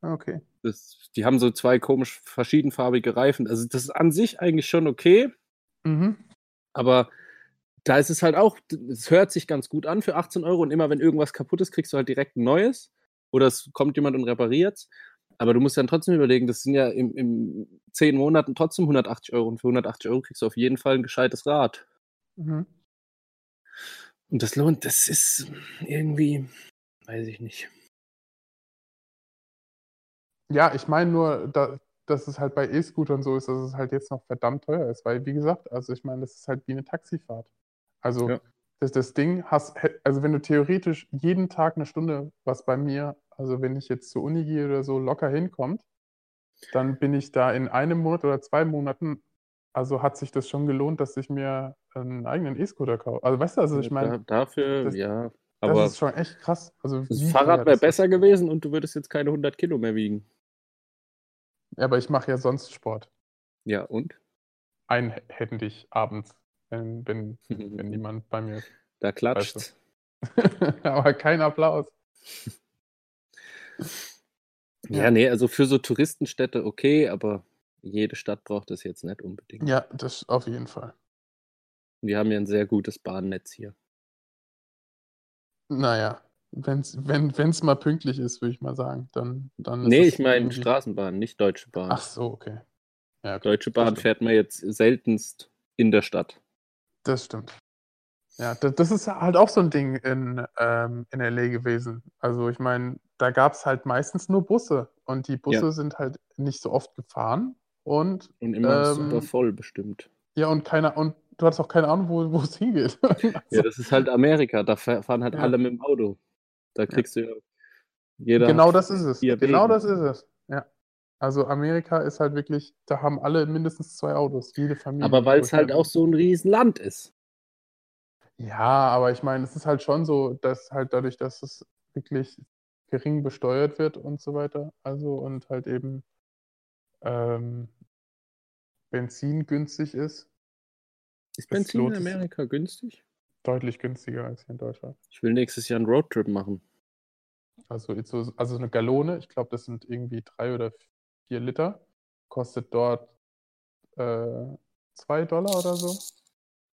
Ah, Okay.
Das, die haben so zwei komisch verschiedenfarbige Reifen. Also das ist an sich eigentlich schon okay,
Mhm.
aber da ist es halt auch, es hört sich ganz gut an für 18 Euro und immer wenn irgendwas kaputt ist, kriegst du halt direkt ein neues oder es kommt jemand und repariert's. Aber du musst dann trotzdem überlegen, das sind ja im, im 10 Monaten trotzdem 180 Euro und für 180 Euro kriegst du auf jeden Fall ein gescheites Rad.
Mhm.
Und das lohnt, das ist irgendwie, weiß ich nicht.
Ja, ich meine nur, da, dass es halt bei E-Scootern so ist, dass es halt jetzt noch verdammt teuer ist, weil, wie gesagt, also ich meine, das ist halt wie eine Taxifahrt. Also
Ja.
das, das Ding hast, hä- also wenn du theoretisch jeden Tag eine Stunde, was bei mir, also wenn ich jetzt zur Uni gehe oder so, locker hinkommt, dann bin ich da in einem Monat oder zwei Monaten, also hat sich das schon gelohnt, dass ich mir einen eigenen E-Scooter kaufe. Also weißt du, also ich
Da-
meine,
dafür,
das-
ja.
das
Aber
ist schon echt krass. Also
das
wie
Fahrrad
teuer
wäre
das ist.
besser gewesen und du würdest jetzt keine 100 Kilo mehr wiegen.
Ja, aber ich mache ja sonst Sport.
Ja, und?
einhändig abends, wenn, wenn, wenn niemand bei mir ist.
<laughs>
<laughs>
Da klatscht.
Mhm. Weißt Aber kein Applaus.
Ja,
Ja.
nee, also für so Touristenstädte okay, aber jede Stadt braucht das jetzt nicht unbedingt.
Ja, das auf jeden Fall.
Wir haben ja ein sehr gutes Bahnnetz hier.
Naja, wenn's, wenn es mal pünktlich ist, würde ich mal sagen, dann, dann ist
nee,
es
ich meine
irgendwie-
Straßenbahn, nicht Deutsche Bahn.
Ach so, okay. Ja, gut,
Deutsche Bahn
stimmt.
fährt man jetzt seltenst in der Stadt.
das stimmt. Ja, das, das ist halt auch so ein Ding in, ähm, in LA gewesen. Also ich meine, da gab es halt meistens nur Busse und die Busse sind halt nicht so oft gefahren und
Und immer
Ähm,
super voll bestimmt.
Ja, und keiner, und du hast auch keine Ahnung, wo, wo es hingeht. <laughs>
Ja, das ist halt Amerika, da fa- fahren halt
Ja.
alle mit dem Auto. Da kriegst du ja jeder.
genau das ist es.
vier
Genau
Wegen.
das ist es. Ja. Also Amerika ist halt wirklich, da haben alle mindestens zwei Autos, jede Familie.
Aber weil es halt auch so ein Riesenland ist.
Ja, aber ich meine, es ist halt schon so, dass halt dadurch, dass es wirklich gering besteuert wird und so weiter, also und halt eben ähm, Benzin günstig ist,
Ist
Das
Benzin
lohnt
in
es.
Amerika günstig?
deutlich günstiger als hier in Deutschland.
Ich will nächstes Jahr einen Roadtrip machen.
Also, jetzt so- also eine Gallone, ich glaube, das sind irgendwie drei oder vier Liter, kostet dort äh, zwei Dollar oder so.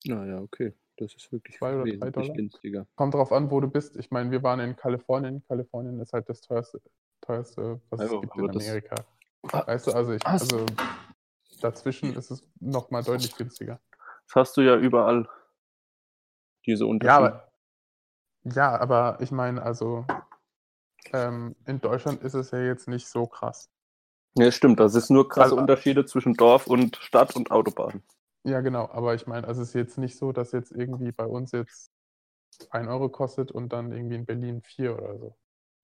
Naja, okay. Das ist wirklich
Zwei oder drei
wesentlich
Dollar?
günstiger.
Kommt drauf an, wo du bist. Ich meine, wir waren in Kalifornien. Kalifornien ist halt das teuerste, teuerste was
Also,
es gibt
aber
in
das-
Amerika.
Ah,
Weißt du, also, ich,
was?
also dazwischen ist es nochmal deutlich günstiger.
Das hast du ja überall.
Diese Unterschiede.
Ja, aber, ja, aber ich meine, also ähm, in Deutschland ist es ja jetzt nicht so krass.
Ja, stimmt. Das ist nur krasse
Also-
Unterschiede zwischen Dorf und Stadt und Autobahn.
Ja, genau, aber ich meine, also es ist jetzt nicht so, dass jetzt irgendwie bei uns jetzt ein Euro kostet und dann irgendwie in Berlin vier oder so.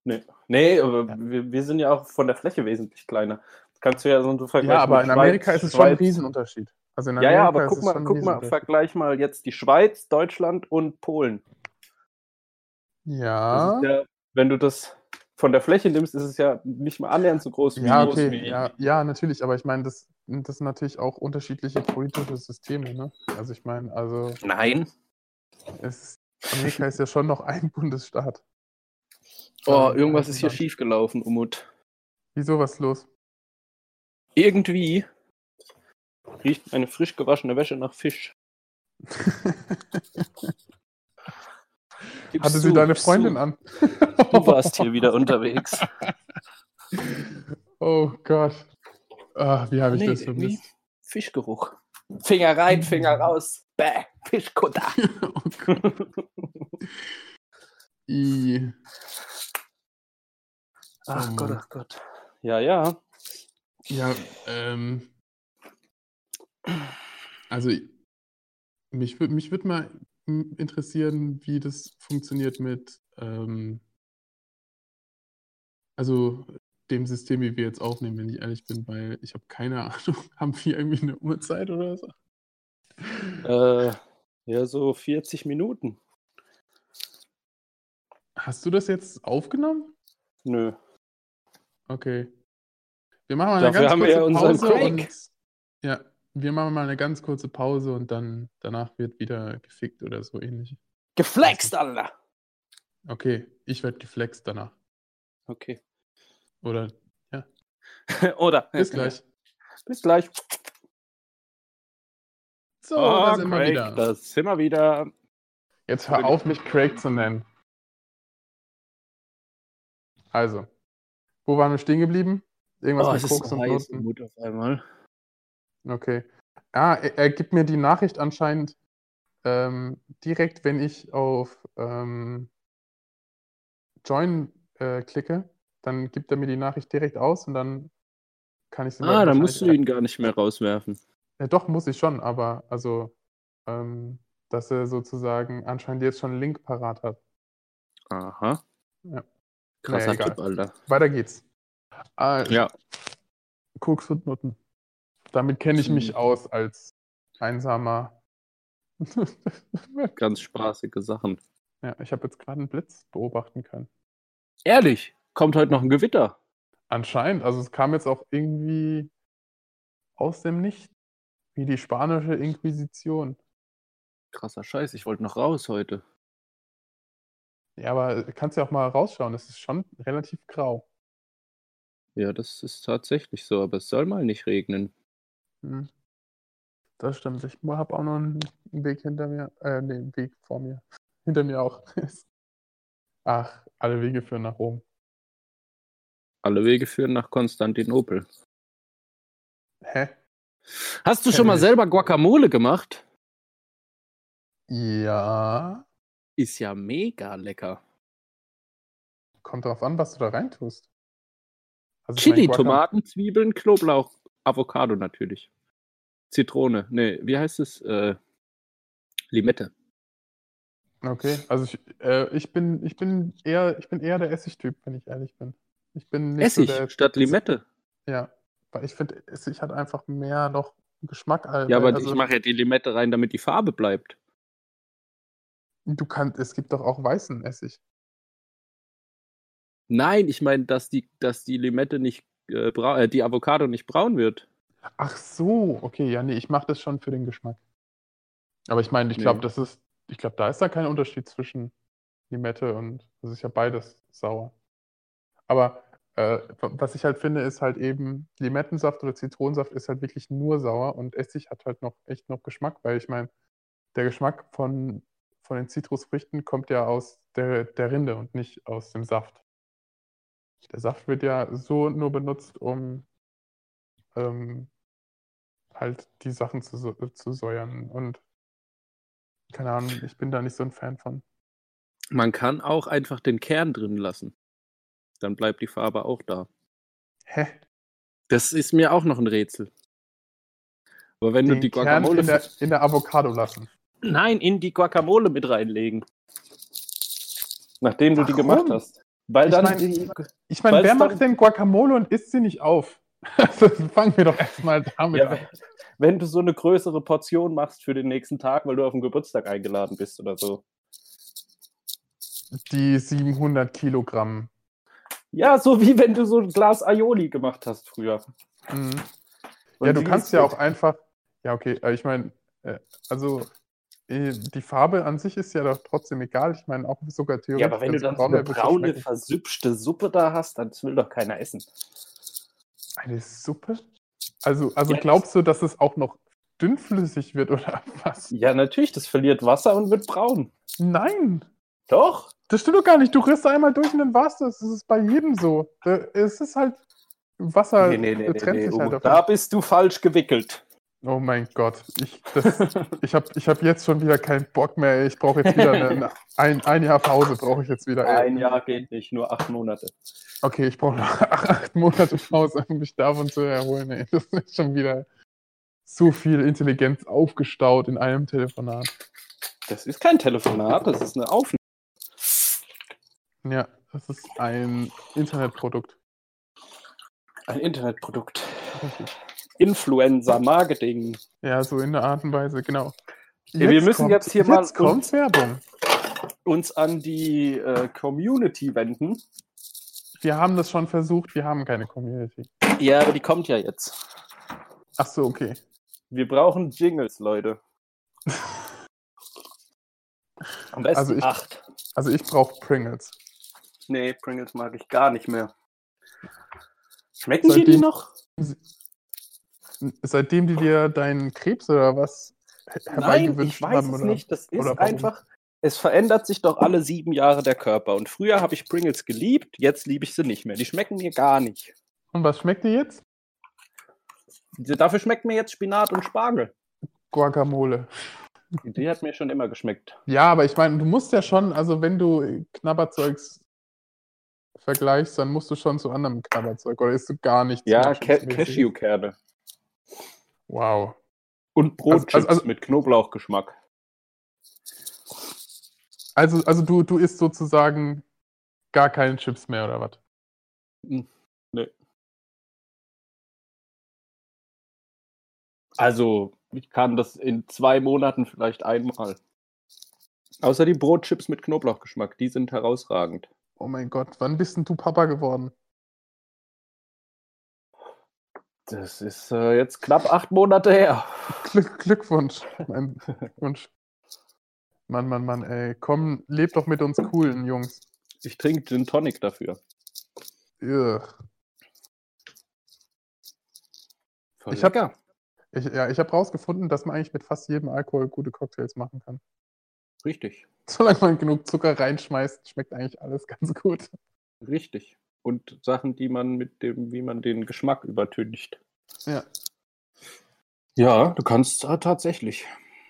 Nee, aber wir, wir sind ja auch von der Fläche wesentlich kleiner. Kannst du ja so einen Vergleich
Ja, aber
mit
in Amerika ist es schon ein
Schweiz-
Riesenunterschied. Also in
Ja, ja, aber
Amerika
guck
ist es schon
mal,
ein
guck mal,
Riesenunterschied.
vergleich mal jetzt die Schweiz, Deutschland und Polen. Das
Ja. Ah.
ist ja, wenn du das von der Fläche nimmst, ist es ja nicht mal annähernd so groß
Ja,
groß
okay, ja, ja, natürlich, aber ich meine, das, das sind natürlich auch unterschiedliche politische Systeme, ne? Also ich meine, also
Nein.
es, Amerika ist ja schon noch ein <laughs> Bundesstaat.
Oh,
Ähm,
irgendwas ist hier
Land.
schief gelaufen, Umut.
Wieso was los?
Irgendwie riecht meine frisch gewaschene Wäsche nach Fisch. Gib's
Hatte sie
zu,
deine
gib's
Freundin
zu.
an?
Du warst hier
<laughs>
wieder unterwegs.
Oh Gott. Ah, wie habe ich
Nee,
das
irgendwie
vermisst?
Fischgeruch. Finger rein, Finger raus. Bäh, Fischkutter.
oh Gott. I.
Ach
Oh
Gott,
Mann.
ach Gott. Ja, ja.
Ja, ähm, also ich- mich würde mich würd mal m- interessieren, wie das funktioniert mit ähm, also dem System, wie wir jetzt aufnehmen, wenn ich ehrlich bin, weil ich habe keine <laughs> Ahnung, haben wir irgendwie eine Uhrzeit oder so?
Äh, ja, so 40 Minuten.
Hast du das jetzt aufgenommen?
Nö.
Okay. Wir machen mal eine
Dafür
ganz
haben wir
kurze
ja unseren
Pause
Craig.
und ja, wir machen mal eine ganz kurze Pause und dann danach wird wieder gefickt oder so ähnlich.
Geflext, Alter.
Okay, ich werde geflext danach.
Okay. <laughs>
Oder
Oder.
bis gleich.
Bis gleich.
So, da
Ah,
Oh,
sind wir
Craig,
wieder.
Da sind wir wieder.
Jetzt hör auf, mich Craig zu nennen. Also, wo waren wir stehen geblieben? Irgendwas
Ah,
Oh,
mit
es ist
Koks
so
und
heiß
Noten.
Mut auf einmal.
Okay. Ah, er, er gibt mir die Nachricht anscheinend ähm, direkt, wenn ich auf ähm, Join äh, klicke, dann gibt er mir die Nachricht direkt aus und dann kann ich sie mir
Ah, dann
wahrscheinlich
musst du ihn gar nicht mehr rauswerfen.
Ja, doch, muss ich schon, aber also, ähm, dass er sozusagen anscheinend jetzt schon einen Link parat hat.
Aha.
Ja.
Krasser
Naja, egal.
Typ, Alter.
Weiter geht's. Ah,
Ja.
Koks und Nutten. Damit kenne ich mich
Mhm.
aus als einsamer. <laughs>
Ganz spaßige Sachen.
Ja, ich habe jetzt gerade einen Blitz beobachten können.
Ehrlich, kommt heute noch ein Gewitter.
Anscheinend, also es kam jetzt auch irgendwie aus dem Nichts, wie die spanische Inquisition.
Krasser Scheiß, ich wollte noch raus heute.
Ja, aber kannst ja auch mal rausschauen, es ist schon relativ grau.
Ja, das ist tatsächlich so, aber es soll mal nicht regnen.
Hm. Das stimmt. Ich habe auch noch einen Weg hinter mir. Äh, nee, einen Weg vor mir. <laughs> Hinter mir auch. Ach, alle Wege führen nach Rom.
Alle Wege führen nach Konstantinopel.
Hä?
Hast du schon mal
Kenn ich.
selber Guacamole gemacht?
Ja.
Ist ja mega lecker.
Kommt drauf an, was du da reintust. Also ich mein,
Chili,
Guacam-
Tomaten, Zwiebeln, Knoblauch, Avocado natürlich. Zitrone, nee, wie heißt es? Äh, Limette.
Okay, also ich, äh, ich bin, ich bin eher, ich bin eher der Essigtyp, wenn ich ehrlich bin. Ich bin nicht so
Essig
der,
statt Limette.
ja, Weil ich finde, Essig hat einfach mehr noch Geschmack. als-
Ja, aber
also,
ich mache ja die Limette rein, damit die Farbe bleibt.
Du kannst, es gibt doch auch weißen Essig.
Nein, ich meine, dass die, dass die Limette nicht, äh, brau- äh, die Avocado nicht braun wird.
Ach so, okay, ja, nee, ich mache das schon für den Geschmack. Aber ich meine, ich glaube,
Nee.
das ist, ich glaube, da ist da kein Unterschied zwischen Limette und, das ist ja beides sauer. Aber äh, wa- was ich halt finde, ist halt eben, Limettensaft oder Zitronensaft ist halt wirklich nur sauer und Essig hat halt noch echt noch Geschmack, weil ich meine, der Geschmack von, von den Zitrusfrüchten kommt ja aus der, der Rinde und nicht aus dem Saft. Der Saft wird ja so nur benutzt, um ähm, halt die Sachen zu, so- zu säuern. Und keine Ahnung, ich bin da nicht so ein Fan von.
Man kann auch einfach den Kern drin lassen. Dann bleibt die Farbe auch da.
Hä?
Das ist mir auch noch ein Rätsel. Aber wenn du
Den
die
Kern
Guacamole.
in der, in der Avocado lassen.
Nein, in die Guacamole mit reinlegen.
Nachdem du die
Warum?
gemacht hast. Weil
Ich
dann
mein-
die,
Ich meine,
Weil's
wer
dann-
macht denn Guacamole und isst sie nicht auf? <laughs> Also fangen wir doch erstmal damit
ja,
an.
wenn- wenn du so eine größere Portion machst für den nächsten Tag, weil du auf den Geburtstag eingeladen bist oder so.
Die 700 Kilogramm.
Ja, so wie wenn du so ein Glas Aioli gemacht hast früher.
Mhm.
Und
ja, du
die
kannst
ist
ja
gut.
auch einfach. Ja, okay, äh, ich meine, äh, also äh, die Farbe an sich ist ja doch trotzdem egal. Ich meine, auch sogar theoretisch.
Ja, aber wenn du dann
wenn's
so
braun
eine
wär, wird's ja
braune,
schmecken.
versüpfte Suppe da hast, dann will doch keiner essen.
Eine Suppe? Also, also
Ja,
glaubst du, dass es auch noch dünnflüssig wird oder <laughs> was?
Ja, natürlich, das verliert Wasser und wird braun.
Nein!
Doch.
Das stimmt doch gar nicht. Du rührst da einmal durch und dann war's das. Das ist bei jedem so. Da- Es ist halt Wasser trennt sich halt
Uwe,
davon.
Uh, da bist du falsch gewickelt.
Oh mein Gott. Ich, das, ich habe ich hab jetzt schon wieder keinen Bock mehr. ey. Ich brauche jetzt wieder eine, eine, ein, ein Jahr Pause. Brauche ich jetzt wieder. ey.
Ein Jahr geht nicht, nur acht Monate.
Okay, ich brauche noch <laughs> acht Monate Pause, um mich davon zu erholen. Ey. Das ist schon wieder so viel Intelligenz aufgestaut in einem Telefonat.
Das ist kein Telefonat, das ist eine Aufnahme.
Ja, das ist ein Internetprodukt.
Ein Internetprodukt. Influencer Marketing.
Ja, so in der Art und Weise, genau.
Ja, wir müssen
kommt,
jetzt hier
jetzt
mal-
kommt Werbung.
Uns an die äh, Community wenden.
Wir haben das schon versucht, wir haben keine Community.
Ja, aber die kommt ja jetzt.
Ach so, okay.
Wir brauchen Jingles, Leute. Am besten
Also ich-
acht.
Also ich brauche Pringles.
Nee, Pringles mag ich gar nicht mehr. Schmecken dir
Seitdem-
die noch?
Seitdem die dir deinen Krebs oder was her-
Nein, ich
herbeigewünscht
weiß
haben,
es
oder?
nicht. Das ist
oder warum?
einfach. Es verändert sich doch alle sieben Jahre der Körper. Und früher habe ich Pringles geliebt, jetzt liebe ich sie nicht mehr. Die schmecken mir gar nicht.
Und was schmeckt dir jetzt?
Dafür schmeckt mir jetzt Spinat und Spargel.
Guacamole.
Die hat mir schon immer geschmeckt.
Ja, aber ich meine, du musst ja schon, also wenn du Knabberzeugs vergleichst, dann musst du schon zu anderem Knabberzeug. Oder isst du gar nichts?
Ja, Ca-
Nachschubsmäßig?
Cashewkerne.
Wow.
Und Brotchips
Also- also-
mit Knoblauchgeschmack.
Also, also du, du isst sozusagen gar keine Chips mehr, oder was?
Also, ich kann das in zwei Monaten vielleicht einmal. Außer die Brotchips mit Knoblauchgeschmack, die sind herausragend.
Oh mein Gott, wann bist denn du Papa geworden?
Das ist äh, jetzt knapp acht Monate her.
Glück, Glückwunsch. Mein Wunsch. Mann, Mann, Mann, ey. Komm, lebt doch mit uns coolen Jungs.
Ich trinke Gin Tonic dafür.
Ugh.
Voll
Ich hab-
lecker.
Ich, ja, ich habe rausgefunden, dass man eigentlich mit fast jedem Alkohol gute Cocktails machen kann. <laughs>
Richtig,
Solange man genug Zucker reinschmeißt, schmeckt eigentlich alles ganz gut.
richtig. Und Sachen, die man mit dem, wie man den Geschmack übertüncht.
Ja.
Ja, du kannst äh, tatsächlich.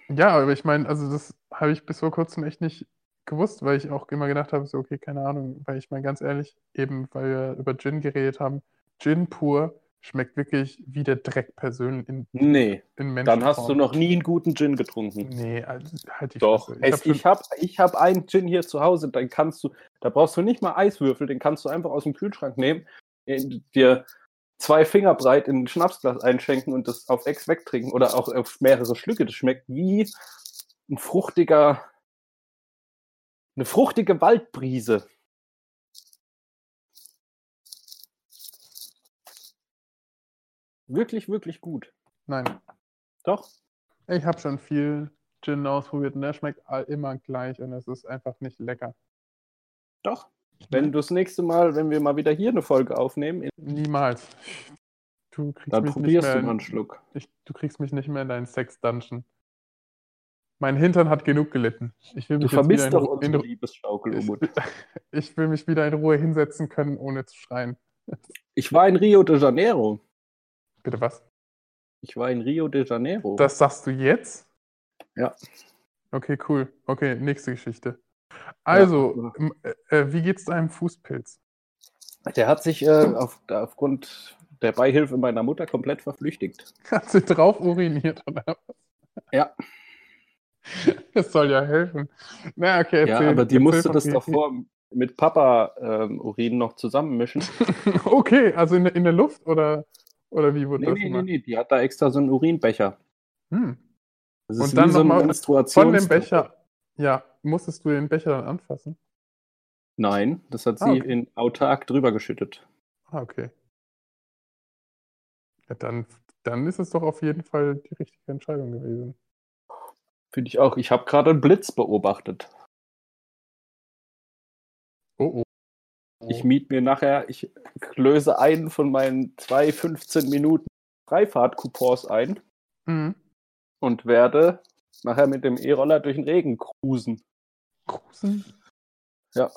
Ja, aber ich meine, also das habe ich bis vor kurzem echt nicht gewusst, weil ich auch immer gedacht habe, so, okay, keine Ahnung, weil ich meine, ganz ehrlich, eben weil wir über Gin geredet haben, Gin pur schmeckt wirklich wie der Dreck persönlich in,
Nee,
in
dann hast du
Menschenform.
noch nie einen guten Gin getrunken.
Nee, also, halt die
Doch,
Fresse. Ich hab
es,
schon,
ich habe ich hab einen Gin hier zu Hause, dann kannst du, da brauchst du nicht mal Eiswürfel, den kannst du einfach aus dem Kühlschrank nehmen, in- dir zwei Finger breit in ein Schnapsglas einschenken und das auf Ex wegtrinken oder auch auf mehrere Schlücke. Das schmeckt wie ein fruchtiger, eine fruchtige Waldbrise. Wirklich, wirklich gut.
Nein.
Doch.
Ich habe schon viel Gin ausprobiert und der schmeckt all- immer gleich und es ist einfach nicht lecker.
Doch. Wenn du das nächste Mal, wenn wir mal wieder hier eine Folge aufnehmen,
Niemals. Du kriegst
dann
mich nicht
probierst
mehr
du
in-
mal einen Schluck.
Ich, du kriegst mich nicht mehr in deinen Sex-Dungeon. Mein Hintern hat genug gelitten. Ich will
Du
mich jetzt wieder
vermisst
in,
doch
Ru- in,
unsere
Ru-
Liebesschaukel,
ich,
Umut.
ich <laughs> will mich wieder in Ruhe hinsetzen können, ohne zu schreien.
Ich war in Rio de Janeiro.
Bitte was?
Ich war in Rio de Janeiro.
Das sagst du jetzt?
Ja.
Okay, cool. Okay, nächste Geschichte. Also,
ja.
m- äh, äh, wie geht's deinem Fußpilz? <laughs>
Der hat sich äh, auf, da- aufgrund der Beihilfe meiner Mutter komplett verflüchtigt.
Hat sie drauf uriniert oder?
Ja.
<laughs> Das soll ja helfen. Na, okay,
ja,
erzähl-
aber die
erzähl
musste
von
das
dir.
davor mit Papa ähm, Urin noch zusammenmischen.
Okay, also in, der- in der Luft oder, oder wie wurde
nee,
das
nee, nee,
gemacht?
nee, die hat da extra so einen Urinbecher.
Hm.
Das
Und dann
wie so
noch mal
eine
von
Menstruation.
Von dem Becher. Ja, musstest du den Becher dann anfassen?
Nein, das hat sie
Ah, okay.
in autark drüber geschüttet.
Ah, okay. Ja, dann, dann ist es doch auf jeden Fall die richtige Entscheidung gewesen.
Finde ich auch. Ich habe gerade einen Blitz beobachtet.
Oh, oh.
Ich miet mir nachher, ich löse einen von meinen zwei 15 Minuten Freifahrt-Coupons ein
Mhm.
und werde nachher mit dem E-Roller durch den Regen cruisen.
Cruisen
Ja.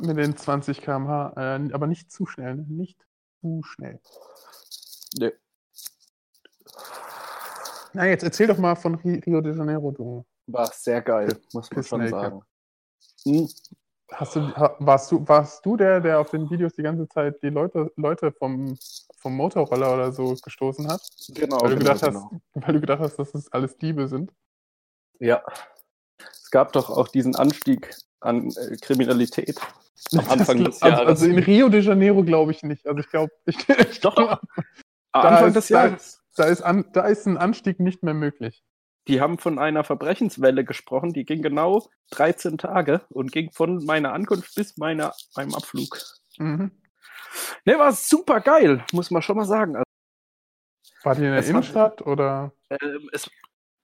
mit den 20 km/h, äh, aber nicht zu schnell, ne? nicht zu schnell.
Nee.
Na, jetzt erzähl doch mal von Ri- Rio de Janeiro, du.
War sehr geil, muss man schon
Pissnäcke.
sagen. Hm,
Hast du, ha- warst du, warst du der, der auf den Videos die ganze Zeit die Leute, Leute vom, vom Motorroller oder so gestoßen hat?
Genau,
Weil du
genau,
gedacht hast, weil du gedacht hast, dass das alles Diebe sind.
Ja. Es gab doch auch diesen Anstieg an äh, Kriminalität am Anfang
das,
des
also,
Jahres.
also in Rio de Janeiro glaube ich nicht. Also ich glaube, <laughs> ich, ich
Doch, Ah,
glaub,
Am
Da
Anfang
ist-
des
da-
Jahres.
da, ist an, da ist ein Anstieg nicht mehr möglich.
Die haben von einer Verbrechenswelle gesprochen, die ging genau 13 Tage und ging von meiner Ankunft bis meiner, meinem Abflug.
Mhm.
Ne, war super geil, muss man schon mal sagen. Also,
Wart ihr in der
Es war-
Innenstadt oder?
ähm, es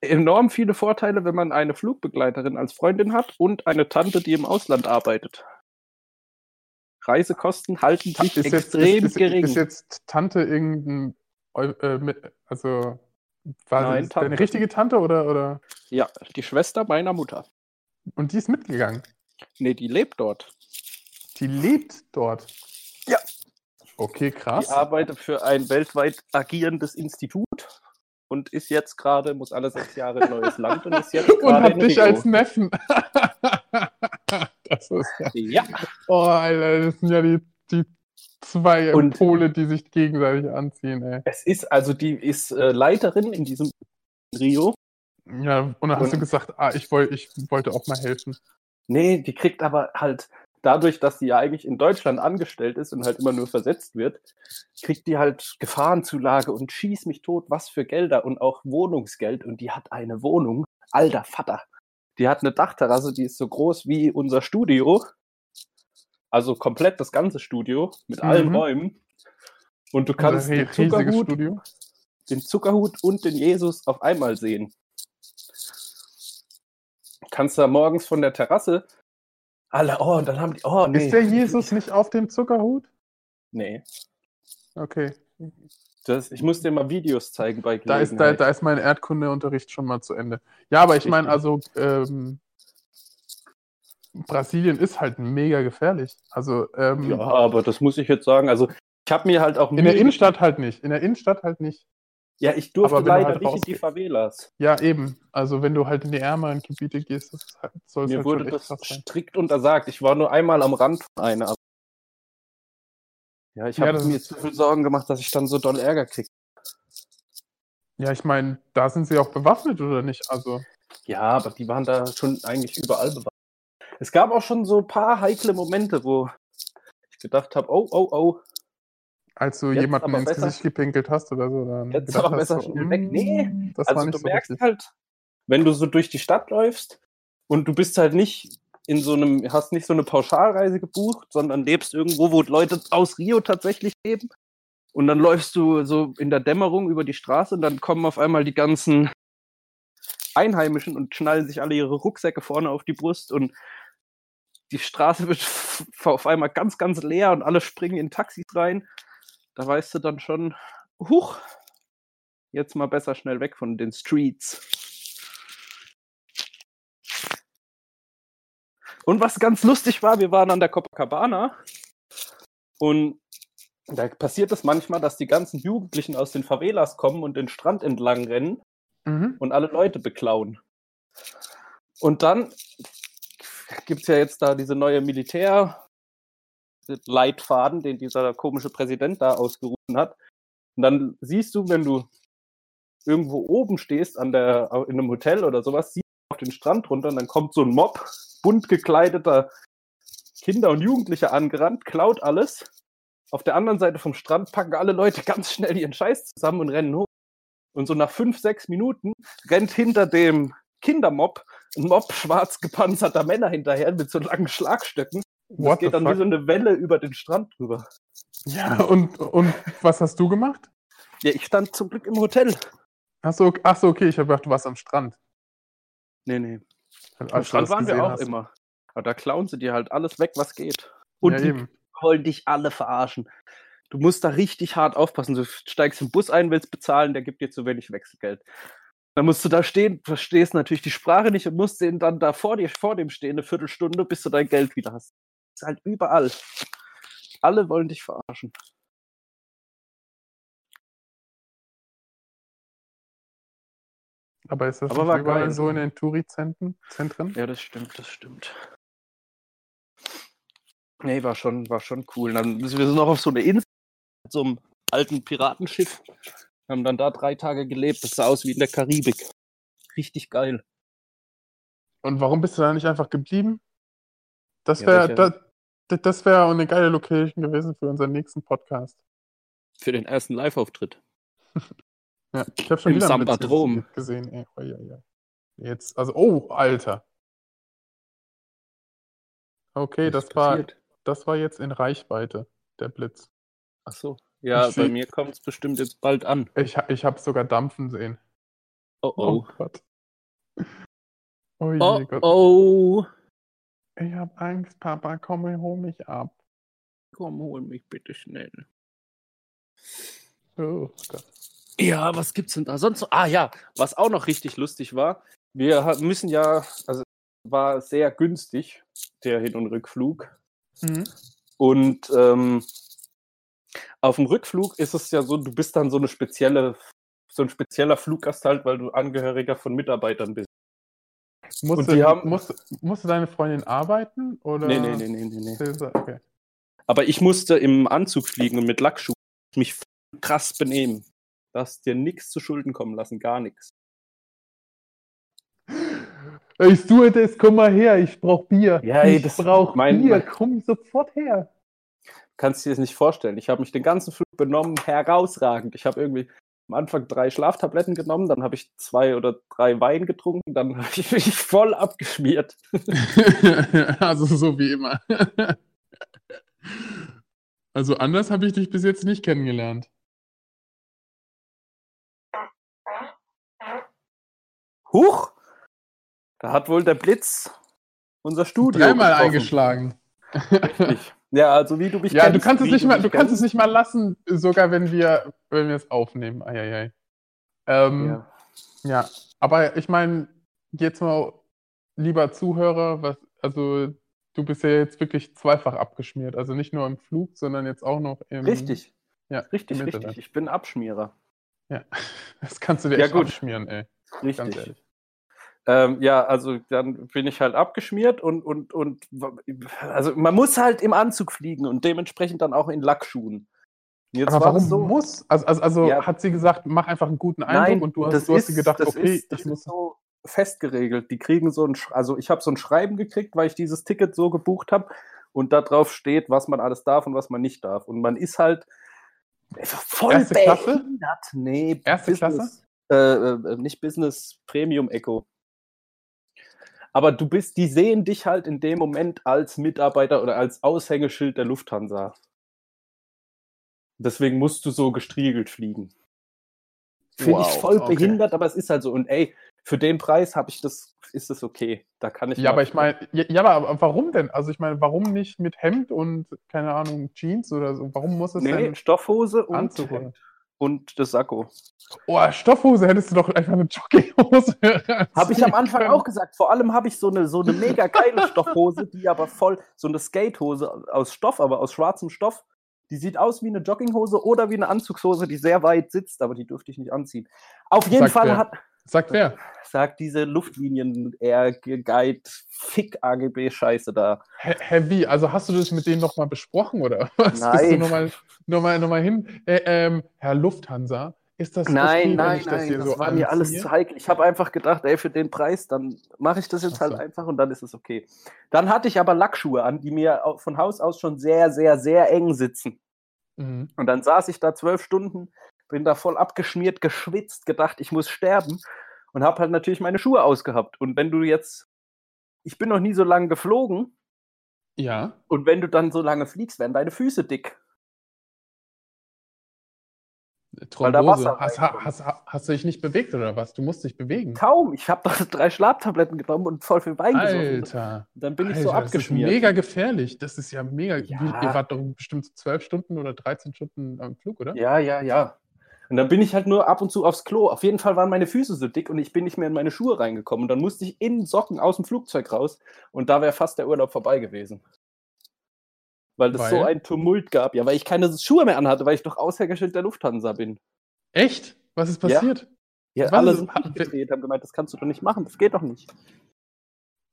enorm viele Vorteile, wenn man eine Flugbegleiterin als Freundin hat und eine Tante, die im Ausland arbeitet. Reisekosten halten sich
Ist jetzt,
extrem
ist, ist,
gering.
ist jetzt Tante irgendein, Eu- äh, mit- also war
Nein,
das deine
Tante.
richtige Tante oder, oder?
ja, die Schwester meiner Mutter.
Und die ist mitgegangen.
Nee, die lebt dort.
Die lebt dort.
Ja.
Okay, krass.
Die arbeitet für ein weltweit agierendes Institut und ist jetzt gerade, muss alle sechs Jahre in ein neues Land und ist jetzt
<laughs> Und
gerade
hat
in
dich
Rio.
als Neffen. <laughs> das ist ja.
Ja,
Oh, Alter, das sind ja die, die zwei
Und-
Pole, die sich gegenseitig anziehen, ey.
es ist also, die ist äh, Leiterin in diesem Rio.
Ja, und dann hast
Und-
du gesagt, ah, ich, woll, ich wollte auch mal helfen.
Nee, die kriegt aber halt dadurch, dass sie ja eigentlich in Deutschland angestellt ist und halt immer nur versetzt wird, kriegt die halt Gefahrenzulage und schieß mich tot, was für Gelder und auch Wohnungsgeld. Und die hat eine Wohnung, alter Vater. Die hat eine Dachterrasse, die ist so groß wie unser Studio. Also komplett das ganze Studio mit allen
Mhm.
Räumen. Und du kannst
Unser
den
rie- riesiges
Zuckerhut,
Studio.
den Zuckerhut und den Jesus auf einmal sehen. Kannst da morgens von der Terrasse alle, oh, und dann haben die, oh, nee.
Ist der Jesus nicht auf dem Zuckerhut?
Nee.
Okay.
Das, ich muss dir mal Videos zeigen bei
Da ist, da,
Gelegenheit.
da ist mein Erdkundeunterricht schon mal zu Ende. Ja, aber ich meine,
Richtig.
also ähm, Brasilien ist halt mega gefährlich. Also ähm,
Ja, aber das muss ich jetzt sagen. Also, ich habe mir halt auch
in der
Mühe-
Innenstadt halt nicht. In der Innenstadt halt nicht.
Ja, ich durfte
aber wenn du
leider
halt
nicht in die
rausgehst.
Favelas.
Ja, eben. Also wenn du halt in die ärmeren Gebiete gehst, das ist halt, soll es
Mir
halt
wurde
schon echt
das
krass sein.
strikt untersagt. Ich war nur einmal am Rand von einer. aber- Ja, ich
Ja,
habe
das
mir
ist-
zu viel Sorgen gemacht, dass ich dann so doll Ärger kriege.
Ja, ich meine, da sind sie auch bewaffnet oder nicht? Also
Ja, aber die waren da schon eigentlich überall bewaffnet. Es gab auch schon so ein paar heikle Momente, wo ich gedacht habe, oh, oh, oh,
Als du
Jetzt
jemanden
aber
ins
besser.
Gesicht gepinkelt hast oder so, dann
Jetzt
gedacht
aber
hast
besser
du,
schnell weg.
"Mm,
Nee,
das war
also
nicht
du
so
merkst
richtig."
halt, wenn du so durch die Stadt läufst und du bist halt nicht in so einem, hast nicht so eine Pauschalreise gebucht, sondern lebst irgendwo, wo Leute aus Rio tatsächlich leben.
Und dann läufst du so in der Dämmerung über die Straße und dann kommen auf einmal die ganzen Einheimischen und schnallen sich alle ihre Rucksäcke vorne auf die Brust und die Straße wird <laughs> f- auf einmal ganz, ganz leer und alle springen in Taxis rein. Da weißt du dann schon, huch, jetzt mal besser schnell weg von den Streets. Und was ganz lustig war, wir waren an der Copacabana und da passiert es manchmal, dass die ganzen Jugendlichen aus den Favelas kommen und den Strand entlang rennen
Mhm.
und alle Leute beklauen. Und dann gibt es ja jetzt da diese neue Militärleitfaden, den dieser komische Präsident da ausgerufen hat. Und dann siehst du, wenn du irgendwo oben stehst, an der, in einem Hotel oder sowas, siehst du auf den Strand runter und dann kommt so ein Mob, bunt gekleideter Kinder und Jugendliche angerannt, klaut alles. Auf der anderen Seite vom Strand packen alle Leute ganz schnell ihren Scheiß zusammen und rennen hoch. Und so nach fünf, sechs Minuten rennt hinter dem Kindermob ein Mob schwarz gepanzerter Männer hinterher mit so langen Schlagstöcken. Und das
What the
geht dann wie
fuck?
so eine Welle über den Strand drüber.
Ja, und, und was hast du gemacht?
Ja, ich stand zum Glück im Hotel.
Achso, ach so, okay, ich habe gedacht, du warst am Strand.
Nee, nee.
als
Am
du
Strand
das
waren wir
gesehen
auch
hast.
immer. Aber da klauen sie dir halt alles weg, was geht. Und
ja,
die
eben.
wollen dich alle verarschen. Du musst da richtig hart aufpassen. Du steigst im Bus ein, willst bezahlen, der gibt dir zu wenig Wechselgeld. Dann musst du da stehen, verstehst natürlich die Sprache nicht und musst den dann da vor dir, vor dem stehen, eine Viertelstunde, bis du dein Geld wieder hast. ist halt überall. Alle wollen dich verarschen.
Aber ist das
Aber
nicht
war
überall
geil.
so in den Touri-Zentren? Zentren?
Ja, das stimmt, das stimmt. Nee, war schon, war schon cool. Dann sind wir sind noch auf so eine Insel mit so einem alten Piratenschiff. Haben dann da drei Tage gelebt. Das sah aus wie in der Karibik. Richtig geil.
Und warum bist du da nicht einfach geblieben? Das
Ja,
wäre
welche-
da, da- das wäre eine geile Location gewesen für unseren nächsten Podcast.
Für den ersten Live-Auftritt.
Ja, ich habe schon
Im
wieder ein
Sambadrom.
Beziehungslied gesehen. Ey, oi, oi, oi. Jetzt, also, oh, Alter. Okay,
Was
das
ist
war,
passiert?
das war jetzt in Reichweite, der Blitz.
Ach so. Ja,
Ich
bei
seh-
mir kommt es bestimmt jetzt bald an.
Ich, ha- ich habe sogar dampfen sehen.
Oh
Oh
oh.
Gott. Oh je
Oh
Gott.
oh.
Ich habe Angst, Papa, komm und hol mich ab.
Komm, hol mich bitte schnell.
Oh Gott.
Ja, was gibt's denn da sonst noch? Ah ja, was auch noch richtig lustig war, wir ha- müssen ja, also war sehr günstig, der Hin- und Rückflug.
Mhm.
Und ähm, auf dem Rückflug ist es ja so, du bist dann so eine spezielle, so ein spezieller Fluggast halt, weil du Angehöriger von Mitarbeitern bist.
Musste,
die haben-
musste, musste deine Freundin arbeiten? Oder?
Nee, nee, nee, nee, nee, nee.
Silse- Okay.
Aber ich musste im Anzug fliegen und mit Lackschuhen mich voll krass benehmen. Dass dir nichts zu Schulden kommen lassen, gar nichts.
Ey, du hättest, komm mal her, ich brauch Bier.
Ja, ey,
ich
das-
brauch
mein-
Bier,
mein-
komm sofort her.
kannst dir das nicht vorstellen. Ich habe mich den ganzen Flug benommen, herausragend. Ich habe irgendwie am Anfang drei Schlaftabletten genommen, dann habe ich zwei oder drei Wein getrunken, dann <laughs> habe ich mich voll abgeschmiert.
<laughs> also so wie immer. <laughs> Also anders habe ich dich bis jetzt nicht kennengelernt.
Huch!
Da hat wohl der Blitz unser Studio
Dreimal
getroffen. <laughs>
eingeschlagen.
Richtig. Ja, also wie du mich
ja,
kennst.
du kannst es
wie
nicht mal,
mich
du kannst es
kennst.
nicht mal lassen, sogar wenn wir, wenn wir es aufnehmen. Eieiei. Ähm,
Ja.
Ja, aber ich meine, jetzt mal, lieber Zuhörer, was, also du bist ja jetzt wirklich zweifach abgeschmiert. Also nicht nur im Flug, sondern jetzt auch noch im,
Richtig,
ja,
richtig,
im
richtig.
Internet.
Ich bin Abschmierer.
Ja. Das kannst du dir
Ja,
echt
gut.
abschmieren, ey. Ganz
Richtig.
ehrlich.
Ähm, ja, also dann bin ich halt abgeschmiert und, und, und also man muss halt im Anzug fliegen und dementsprechend dann auch in Lackschuhen. Und Jetzt
Aber
war
warum
es so,
muss? Also, also, also
Ja.
hat sie gesagt, mach einfach einen guten Eindruck
Nein,
und du
das
hast, du hast dir
ist-
gedacht,
das
okay,
ist, das
ich muss.
ist so festgeregelt. Die kriegen so ein, Sch- also ich habe so ein Schreiben gekriegt, weil ich dieses Ticket so gebucht habe und da drauf steht, was man alles darf und was man nicht darf. Und man ist halt Voll
Erste Klasse?
behindert. Nee,
Erste
Business, Klasse? Äh, äh, nicht Business, Premium Echo. Aber du bist, die sehen dich halt in dem Moment als Mitarbeiter oder als Aushängeschild der Lufthansa. Deswegen musst du so gestriegelt fliegen. Finde ich
Wow,
voll
okay.
behindert, aber es ist halt so. Und ey, für den Preis habe ich das, ist das okay. Da kann ich.
Ja,
mal-
aber ich meine, ja, ja, aber warum denn? Also ich meine, warum nicht mit Hemd und, keine Ahnung, Jeans oder so? Warum muss es
Nee,
denn
Stoffhose und,
Anzug oder?
und das
<laughs>
Sakko.
Oh, Stoffhose hättest du doch einfach eine
<laughs>
Jogginghose.
Habe ich am
anziehen
Anfang
können.
auch gesagt. Vor allem habe ich so eine, so eine mega
<laughs>
geile Stoffhose, die aber voll, so eine Skatehose aus Stoff, aber aus schwarzem Stoff. Die sieht aus wie eine Jogginghose oder wie eine Anzugshose, die sehr weit sitzt, aber die dürfte ich nicht anziehen. Auf jeden
Sagt
Fall
wer?
hat,
Sagt wer?
sagt diese Luftlinien-Air-Guide-Fick-AGB-Scheiße da.
Hä- Hä, wie? Also hast du das mit denen nochmal besprochen oder was? Bist du
Nein.
nochmal noch mal, noch mal hin? Äh, ähm, Herr Lufthansa, ist das okay, wenn ich das hier so
war mir alles
anziehe?
zu heikel. Ich habe einfach gedacht, ey, für den Preis, dann mache ich das jetzt
Ach
halt
so.
einfach und dann ist es okay. Dann hatte ich aber Lackschuhe an, die mir au- von Haus aus schon sehr, sehr, sehr eng sitzen.
Mhm.
Und dann saß ich da zwölf Stunden, bin da voll abgeschmiert, geschwitzt, gedacht, ich muss sterben und habe halt natürlich meine Schuhe ausgehabt. Und wenn du jetzt, ich bin noch nie so lange geflogen
Ja.
und wenn du dann so lange fliegst, werden deine Füße dick. da
Thrombose.
Wasser
Hast,
reinkommt.
hast, hast, hast du dich nicht bewegt oder was? Du musst dich bewegen.
Kaum, ich habe doch <laughs> drei Schlaftabletten genommen und voll viel Wein gesoffen.
Alter.
Dann bin ich
Alter,
so
Das
abgeschmiert.
ist mega gefährlich. Das ist ja mega.
Ja.
Wie, ihr wart doch bestimmt zwölf Stunden oder 13 Stunden am Flug, oder?
Ja, ja, ja. Und dann bin ich halt nur ab und zu aufs Klo. Auf jeden Fall waren meine Füße so dick und ich bin nicht mehr in meine Schuhe reingekommen. Und dann musste ich in Socken aus dem Flugzeug raus. Und da wäre fast der Urlaub vorbei gewesen. Weil es so
Weil?
ein Tumult gab. Ja, weil ich keine Schuhe mehr anhatte, weil ich doch Aushängeschild der Lufthansa bin.
Echt? Was ist
Ja.
passiert?
Ja,
Was
alle
ist-
sind mich gedreht, haben gemeint, das kannst du doch nicht machen, das geht doch nicht.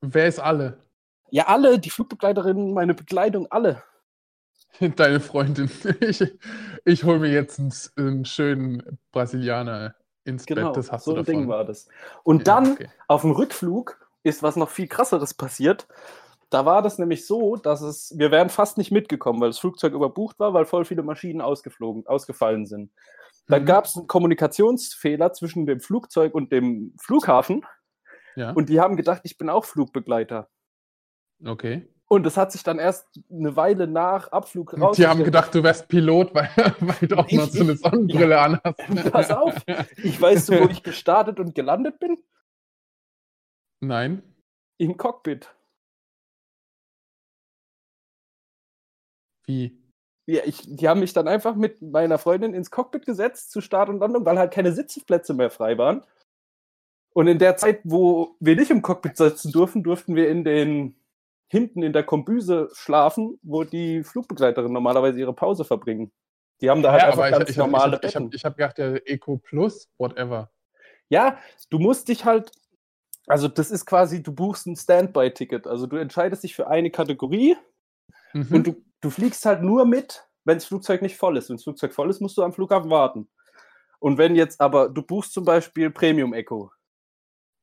Wer ist alle? <laughs>
Ja, alle, die Flugbegleiterinnen, meine Begleitung, alle.
Deine Freundin. <laughs> Ich, ich hole mir jetzt einen, einen schönen Brasilianer ins
Genau,
Bett. Das hast
so
du
ein
davon.
Ding war das. Und
Ja,
dann
okay.
Auf dem Rückflug ist was noch viel krasseres passiert. Da war das nämlich so, dass es, wir wären fast nicht mitgekommen, weil das Flugzeug überbucht war, weil voll viele Maschinen ausgeflogen, ausgefallen sind. Dann
Mhm.
gab es einen Kommunikationsfehler zwischen dem Flugzeug und dem Flughafen
Ja,
und die haben gedacht, ich bin auch Flugbegleiter.
okay.
Und das hat sich dann erst eine Weile nach Abflug
Und Die haben
rausgestellt.
gedacht, du wärst Pilot, weil, <laughs> weil du auch
Ich-
noch so eine
ich-
Sonnenbrille anhast.
<laughs> Pass
<laughs>
auf, ich weiß, wo ich gestartet und gelandet bin?
Nein.
Im Cockpit.
Wie?
Ja, ich, die haben mich dann einfach mit meiner Freundin ins Cockpit gesetzt zu Start und Landung, weil halt keine Sitzplätze mehr frei waren. Und in der Zeit, wo wir nicht im Cockpit sitzen durften, durften wir in den hinten in der Kombüse schlafen, wo die Flugbegleiterin normalerweise ihre Pause verbringen. Die haben da halt
ja,
einfach
aber
ganz
ich, ich, hab-
normale
ich, hab-
Betten.
ich habe hab gedacht, der Eco Plus, whatever.
Ja, du musst dich halt, also das ist quasi, du buchst ein Standby-Ticket. Also du entscheidest dich für eine Kategorie
Mhm.
Und du, du fliegst halt nur mit, wenn das Flugzeug nicht voll ist. Wenn das Flugzeug voll ist, musst du am Flughafen warten. Und wenn jetzt aber, du buchst zum Beispiel Premium Echo,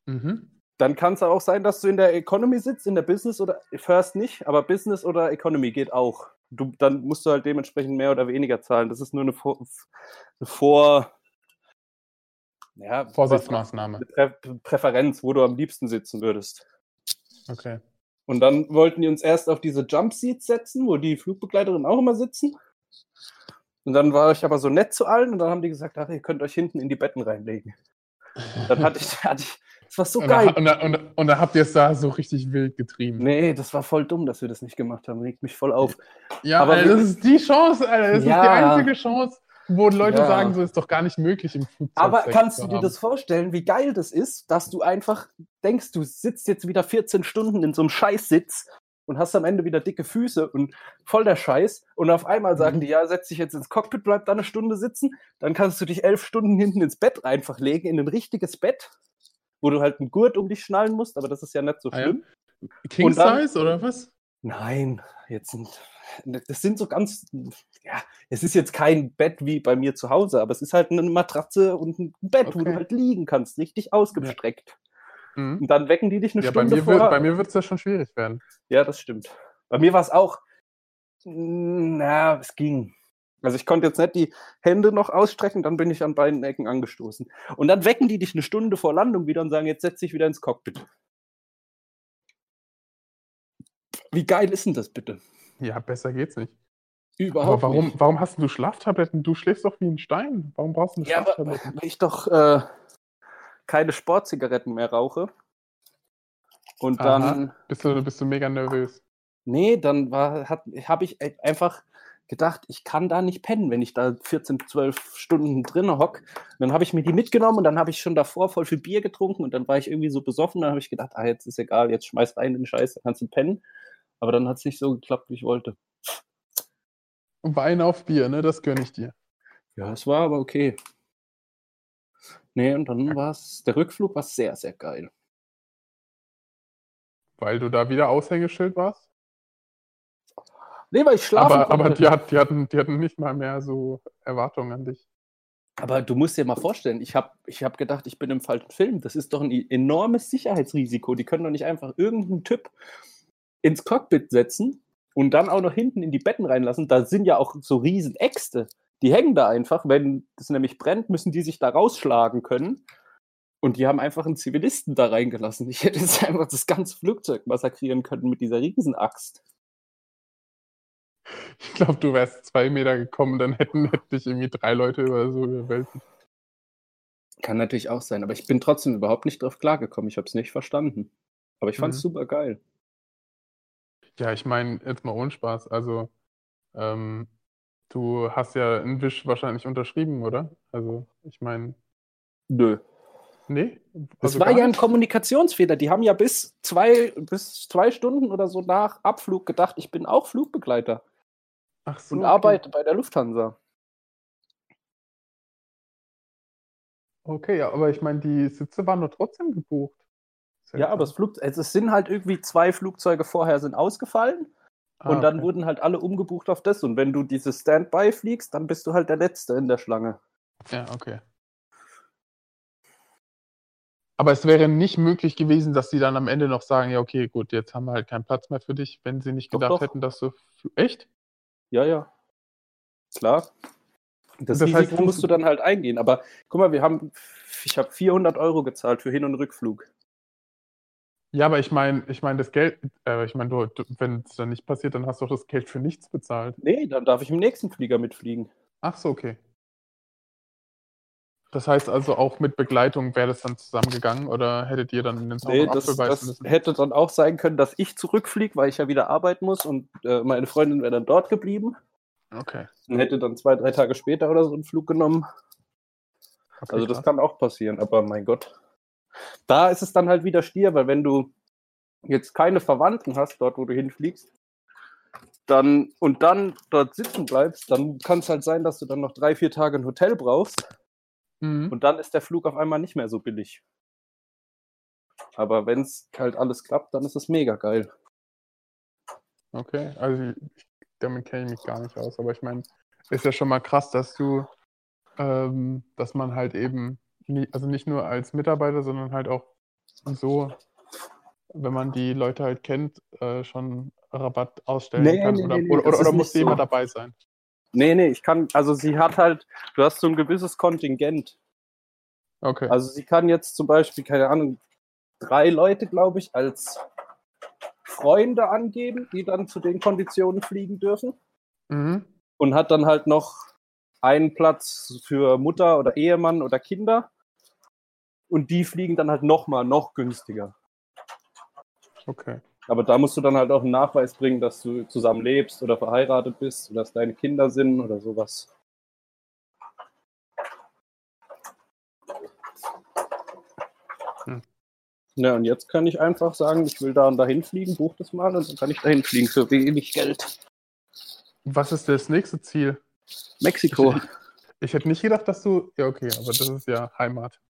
mhm.
dann kann es auch sein, dass du in der Economy sitzt, in der Business oder First nicht, aber Business oder Economy geht auch. Du, dann musst du halt dementsprechend mehr oder weniger zahlen. Das ist nur eine Vor. Eine Vor ja,
Vorsichtsmaßnahme.
eine Prä Präferenz, wo du am liebsten sitzen würdest.
Okay.
Und dann wollten die uns erst auf diese Jump Seats setzen, wo die Flugbegleiterin auch immer sitzen. Und dann war ich aber so nett zu allen und dann haben die gesagt, ach, ihr könnt euch hinten in die Betten reinlegen. Dann hatte ich, hatte ich das war so
<laughs> und, da,
geil.
und, da, und, da, und da habt ihr es da so richtig wild getrieben.
Nee, das war voll dumm, dass wir das nicht gemacht haben. Regt mich voll auf.
Ja,
Aber
Alter,
wir-
das ist die Chance, Alter. Das ist die
Ja.
einzige Chance, wo Leute
Ja.
sagen, so ist doch gar nicht möglich im Flugzeug.
Aber
Sex
kannst
zu
du dir
haben.
das vorstellen, wie geil das ist, dass du einfach denkst, du sitzt jetzt wieder 14 Stunden in so einem Scheißsitz und hast am Ende wieder dicke Füße und voll der Scheiß. Und auf einmal sagen
Mhm.
die, ja, setz dich jetzt ins Cockpit, bleib da eine Stunde sitzen. Dann kannst du dich elf Stunden hinten ins Bett einfach legen, in ein richtiges Bett, wo du halt einen Gurt um dich schnallen musst, aber das ist ja nicht so
Ah ja.
schlimm.
King
Und dann-
Size oder was?
Nein, jetzt sind, ne, das sind so ganz, ja, es ist jetzt kein Bett wie bei mir zu Hause, aber es ist halt eine Matratze und ein Bett, wo du
Okay.
halt liegen kannst, richtig ausgestreckt.
Mhm.
Und dann wecken die dich eine
Ja, bei
Stunde
mir, wird,
vorher.
bei mir wird es ja schon schwierig werden.
ja, das stimmt. Bei mir war es auch, na, es ging. Also ich konnte jetzt nicht die Hände noch ausstrecken, dann bin ich an beiden Ecken angestoßen. Und dann wecken die dich eine Stunde vor Landung wieder und sagen, jetzt setz dich wieder ins Cockpit. Wie geil ist denn das bitte?
Ja, besser geht's nicht.
Überhaupt
Aber warum,
nicht.
warum hast denn du Schlaftabletten? Du schläfst doch wie ein Stein. Warum brauchst du eine
Ja, aber
Schlaftablette?
weil ich doch äh, keine Sportzigaretten mehr rauche. Und
Aha.
dann,
Bist du, bist du mega nervös?
nee, dann habe ich e- einfach gedacht, ich kann da nicht pennen, wenn ich da 14, 12 Stunden drinne hock. Und dann habe ich mir die mitgenommen und dann habe ich schon davor voll viel Bier getrunken und dann war ich irgendwie so besoffen. Dann habe ich gedacht, ah, jetzt ist egal, jetzt schmeiß rein den Scheiß, dann kannst du pennen. Aber dann hat es nicht so geklappt, wie ich wollte.
Wein auf Bier, ne? Das gönne ich dir.
Ja, es war aber okay. Nee, und dann war es, der Rückflug war sehr, sehr geil.
Weil du da wieder Aushängeschild warst.
Nee, weil ich schlafen
Aber, aber
konnte.
die, hat, die, hatten, die hatten nicht mal mehr so Erwartungen an dich. <laughs>
aber du musst dir mal vorstellen, ich habe ich hab gedacht, ich bin im falschen Film. Das ist doch ein enormes Sicherheitsrisiko. Die können doch nicht einfach irgendeinen Typ ins Cockpit setzen und dann auch noch hinten in die Betten reinlassen. Da sind ja auch so riesen Äxte. Die hängen da einfach. Wenn es nämlich brennt, müssen die sich da rausschlagen können. Und die haben einfach einen Zivilisten da reingelassen. Ich hätte jetzt <laughs> einfach das ganze Flugzeug massakrieren können mit dieser Riesenaxt.
Ich glaube, du wärst zwei Meter gekommen, dann hätten, hätten dich irgendwie drei Leute oder so überwältigt.
Kann natürlich auch sein, aber ich bin trotzdem überhaupt nicht drauf klargekommen. Ich habe es nicht verstanden. Aber ich fand es
Mhm.
super geil.
Ja, ich meine, jetzt mal ohne Spaß. Also, ähm, du hast ja einen Wisch wahrscheinlich unterschrieben, oder? Also, ich meine,
Nö.
nee.
Das
also
war
gar
ja ein
nicht?
Kommunikationsfehler. Die haben ja bis zwei, bis zwei Stunden oder so nach Abflug gedacht, ich bin auch Flugbegleiter
Ach so,
und
okay.
arbeite bei der Lufthansa.
Okay, ja, aber ich meine, die Sitze waren doch trotzdem gebucht. Sehr
Ja, aber es,
krass.
Flug, also es sind halt irgendwie zwei Flugzeuge vorher sind ausgefallen
Ah,
und dann
okay.
wurden halt alle umgebucht auf das. Und wenn du dieses Standby fliegst, dann bist du halt der Letzte in der Schlange.
Ja, okay. Aber es wäre nicht möglich gewesen, dass sie dann am Ende noch sagen, ja, okay, gut, jetzt haben wir halt keinen Platz mehr für dich, wenn sie nicht
Doch,
gedacht
doch.
hätten, dass du... fl- Echt?
Ja, ja. Klar. Das,
Das heißt,
Risiko
du-
musst du dann halt eingehen. Aber guck mal, wir haben, ich habe 400 Euro gezahlt für Hin- und Rückflug.
Ja, aber ich meine, ich meine, das Geld, äh, ich meine, du, du, wenn es dann nicht passiert, dann hast du doch das Geld für nichts bezahlt.
Nee, dann darf ich im nächsten Flieger mitfliegen.
Ach so, okay. Das heißt also, auch mit Begleitung wäre das dann zusammengegangen oder hättet ihr dann in den
Nee,
sauren
das,
Apfel beißen
das
müssen?
hätte dann auch sein können, dass ich zurückfliege, weil ich ja wieder arbeiten muss und äh, meine Freundin wäre dann dort geblieben
Okay.
und hätte dann zwei, drei Tage später oder so einen Flug genommen.
Okay,
Also das
krass.
kann auch passieren, aber mein Gott. Da ist es dann halt wieder Stier, weil wenn du jetzt keine Verwandten hast, dort wo du hinfliegst, dann und dann dort sitzen bleibst, dann kann es halt sein, dass du dann noch drei, vier Tage ein Hotel brauchst
Mhm.
und dann ist der Flug auf einmal nicht mehr so billig. Aber wenn es halt alles klappt, dann ist es mega geil.
Okay, also ich, damit kenne ich mich gar nicht aus, aber ich meine, ist ja schon mal krass, dass du, ähm, dass man halt eben, nie, also nicht nur als Mitarbeiter, sondern halt auch so, wenn man die Leute halt kennt, äh, schon Rabatt ausstellen
Nee,
kann
nee,
oder,
nee, nee,
oder,
das
oder,
ist
oder
nicht
muss
so.
jemand dabei sein?
Nee, nee, ich kann, also sie hat halt, du hast so ein gewisses Kontingent.
Okay,
Also sie kann jetzt zum Beispiel, keine Ahnung, drei Leute, glaube ich, als Freunde angeben, die dann zu den Konditionen fliegen dürfen.
mhm.
Und hat dann halt noch einen Platz für Mutter oder Ehemann oder Kinder. Und die fliegen dann halt nochmal, noch günstiger.
Okay,
Aber da musst du dann halt auch einen Nachweis bringen, dass du zusammen lebst oder verheiratet bist oder dass deine Kinder sind oder sowas.
Hm.
Ja, und jetzt kann ich einfach sagen, ich will da und dahin fliegen, buch das mal und dann kann ich dahin fliegen für wenig Geld.
was ist das nächste Ziel?
Mexiko.
Ich hätte nicht gedacht, dass du, ja okay, aber das ist ja
<laughs>
Heimat.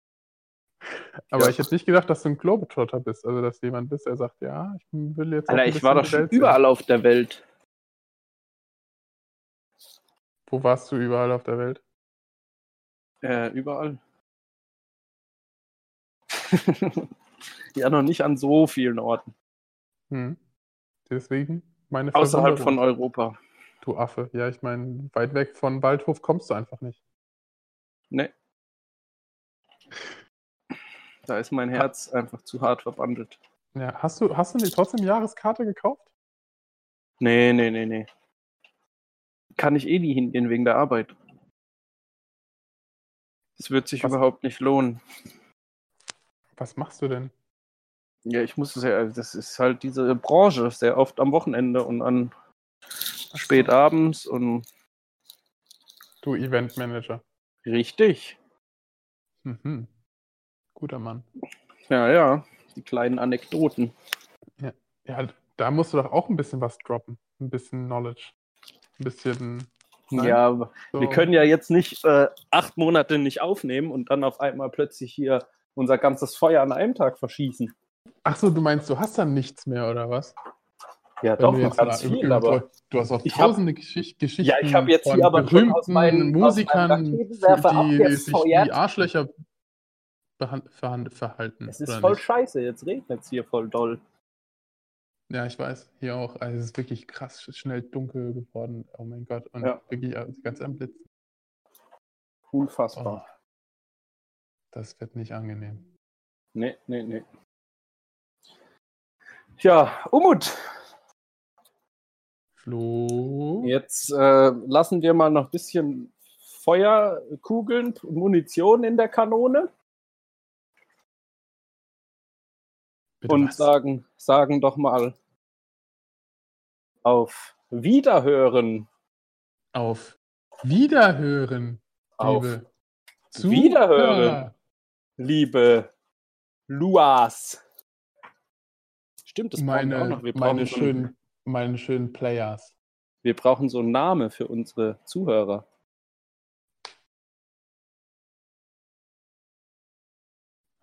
Aber
Ja.
ich hätte nicht gedacht, dass du ein Globetrotter bist, also dass jemand bist, der sagt, ja, ich will jetzt auch
<laughs> Alter,
ein
ich war
bisschen
doch schon
die Welt sehen.
überall auf der Welt.
Wo warst du überall auf der Welt?
Äh, überall. <laughs> ja, noch nicht an so vielen Orten.
Hm. Deswegen meine
Außerhalb von
Verwunderung.
Europa.
Du Affe. Ja, ich meine, weit weg von Waldhof kommst du einfach nicht.
Nee. Da ist
Ah.
mein Herz einfach zu hart verbandelt.
Ja, hast du, hast du die trotzdem Jahreskarte gekauft?
Nee, nee, nee, nee. Kann ich eh nie hingehen wegen der Arbeit. Es wird sich
Was-
überhaupt nicht lohnen.
Was machst du denn?
Ja, ich muss es ja, also das ist halt diese Branche, sehr oft am Wochenende und an spät abends und
Du Eventmanager.
richtig.
Mhm. Guter Mann.
Ja, ja, die kleinen Anekdoten.
Ja, da musst du doch auch ein bisschen was droppen. Ein bisschen Knowledge. Ein bisschen. Nein,
Ja, aber
so-
wir können ja jetzt nicht äh, acht Monate nicht aufnehmen und dann auf einmal plötzlich hier unser ganzes Feuer an einem Tag verschießen.
Ach so, du meinst, du hast dann nichts mehr, oder was?
Ja,
Wenn
doch,
du
noch
jetzt
ganz
da-
viel,
über-
aber.
Du hast auch
Ich hab-
tausende Geschicht Geschichten.
Ja, ich habe jetzt
von
hier aber schon aus
berühmten
meinen,
Musikern,
aus meinen Raketenwerfer
die, die sich
abgefeuert.
wie Arschlöcher behan- verhan- verhalten.
Es ist
Hm, oder
voll
nicht?
scheiße, jetzt regnet es hier voll doll.
Ja, ich weiß. Hier auch. Also es ist wirklich krass sch- schnell dunkel geworden. Oh mein Gott. Und
Ja.
wirklich also ganz am Blitz. Oh.
Unfassbar.
Das wird nicht angenehm.
Nee, nee, nee. Ja, Umut,
Flo.
jetzt äh, lassen wir mal noch ein bisschen Feuerkugeln, Munition in der Kanone
Bitte
und
was?
sagen, sagen doch mal auf Wiederhören.
Auf Wiederhören,
Auf
liebe
Wiederhören.
Zuhörer.
liebe Luas. Stimmt, das brauchen wir auch
Meine,
noch. Wir brauchen,
meine,
so einen,
schönen, meine schönen Players.
wir brauchen so einen Namen für unsere Zuhörer.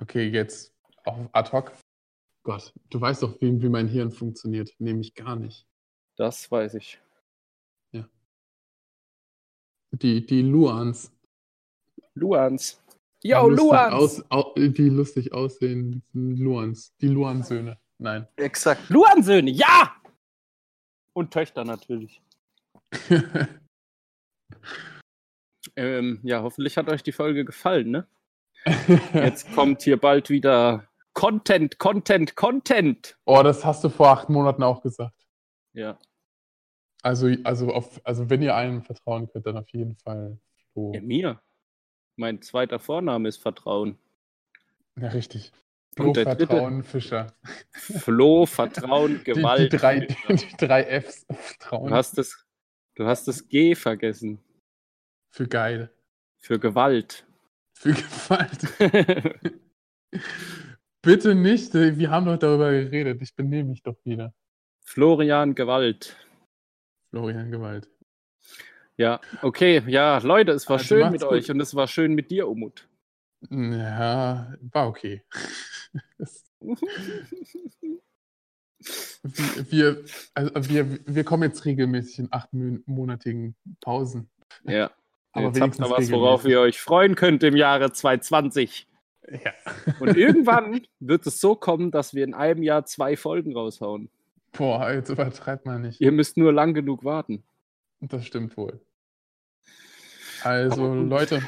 Okay, jetzt auf ad hoc. Gott, du weißt doch, wie, wie mein Hirn funktioniert. Nämlich gar nicht.
Das weiß ich.
Die, die Luans.
Luans. Yo,
lustig
Luans!
Aus, au, die lustig aussehen. Luans. Die Luan-Söhne. Nein.
Exakt. Luansöhne, ja! Und Töchter natürlich. Ähm, ja, hoffentlich hat euch die Folge gefallen, ne? Jetzt kommt hier bald wieder Content, Content, Content.
<laughs> oh, das hast du vor acht Monaten auch gesagt.
Ja,
Also, also, auf, also wenn ihr einem vertrauen könnt, dann auf jeden Fall Flo.
ja mir. Mein zweiter Vorname ist Vertrauen.
Ja, richtig.
Und
Flo
der dritte?
Vertrauen Fischer.
Flo, Vertrauen,
<laughs> Die,
Gewalt.
die, drei, die drei Fs
Du
Vertrauen.
hast das, du hast das G vergessen.
Für geil.
Für Gewalt. <laughs>
Für <laughs> Gewalt. Bitte nicht. äh, Wir haben doch darüber geredet. Ich benehme mich doch wieder.
Florian Gewalt.
Florian Gewalt.
Ja, okay, ja, Leute, es war
Also
schön
macht's
mit
gut.
euch und es war schön mit dir, Umut.
Ja,
<laughs>
war okay. Es- Wir, also wir, wir kommen jetzt regelmäßig in achtmonatigen Pausen.
Ja.
<laughs> Aber
jetzt habt ihr
wenigstens
was, worauf
regelmäßig.
ihr euch freuen könnt im Jahre 2020.
Ja. <laughs>
Und irgendwann wird es so kommen, dass wir in einem Jahr zwei Folgen raushauen.
Boah, jetzt übertreibt man nicht.
Ihr müsst nur lang genug warten.
Das stimmt wohl. Also, Leute,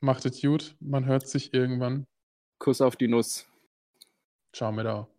macht es gut. Man hört sich irgendwann.
Kuss auf die Nuss.
Ciao mit auch.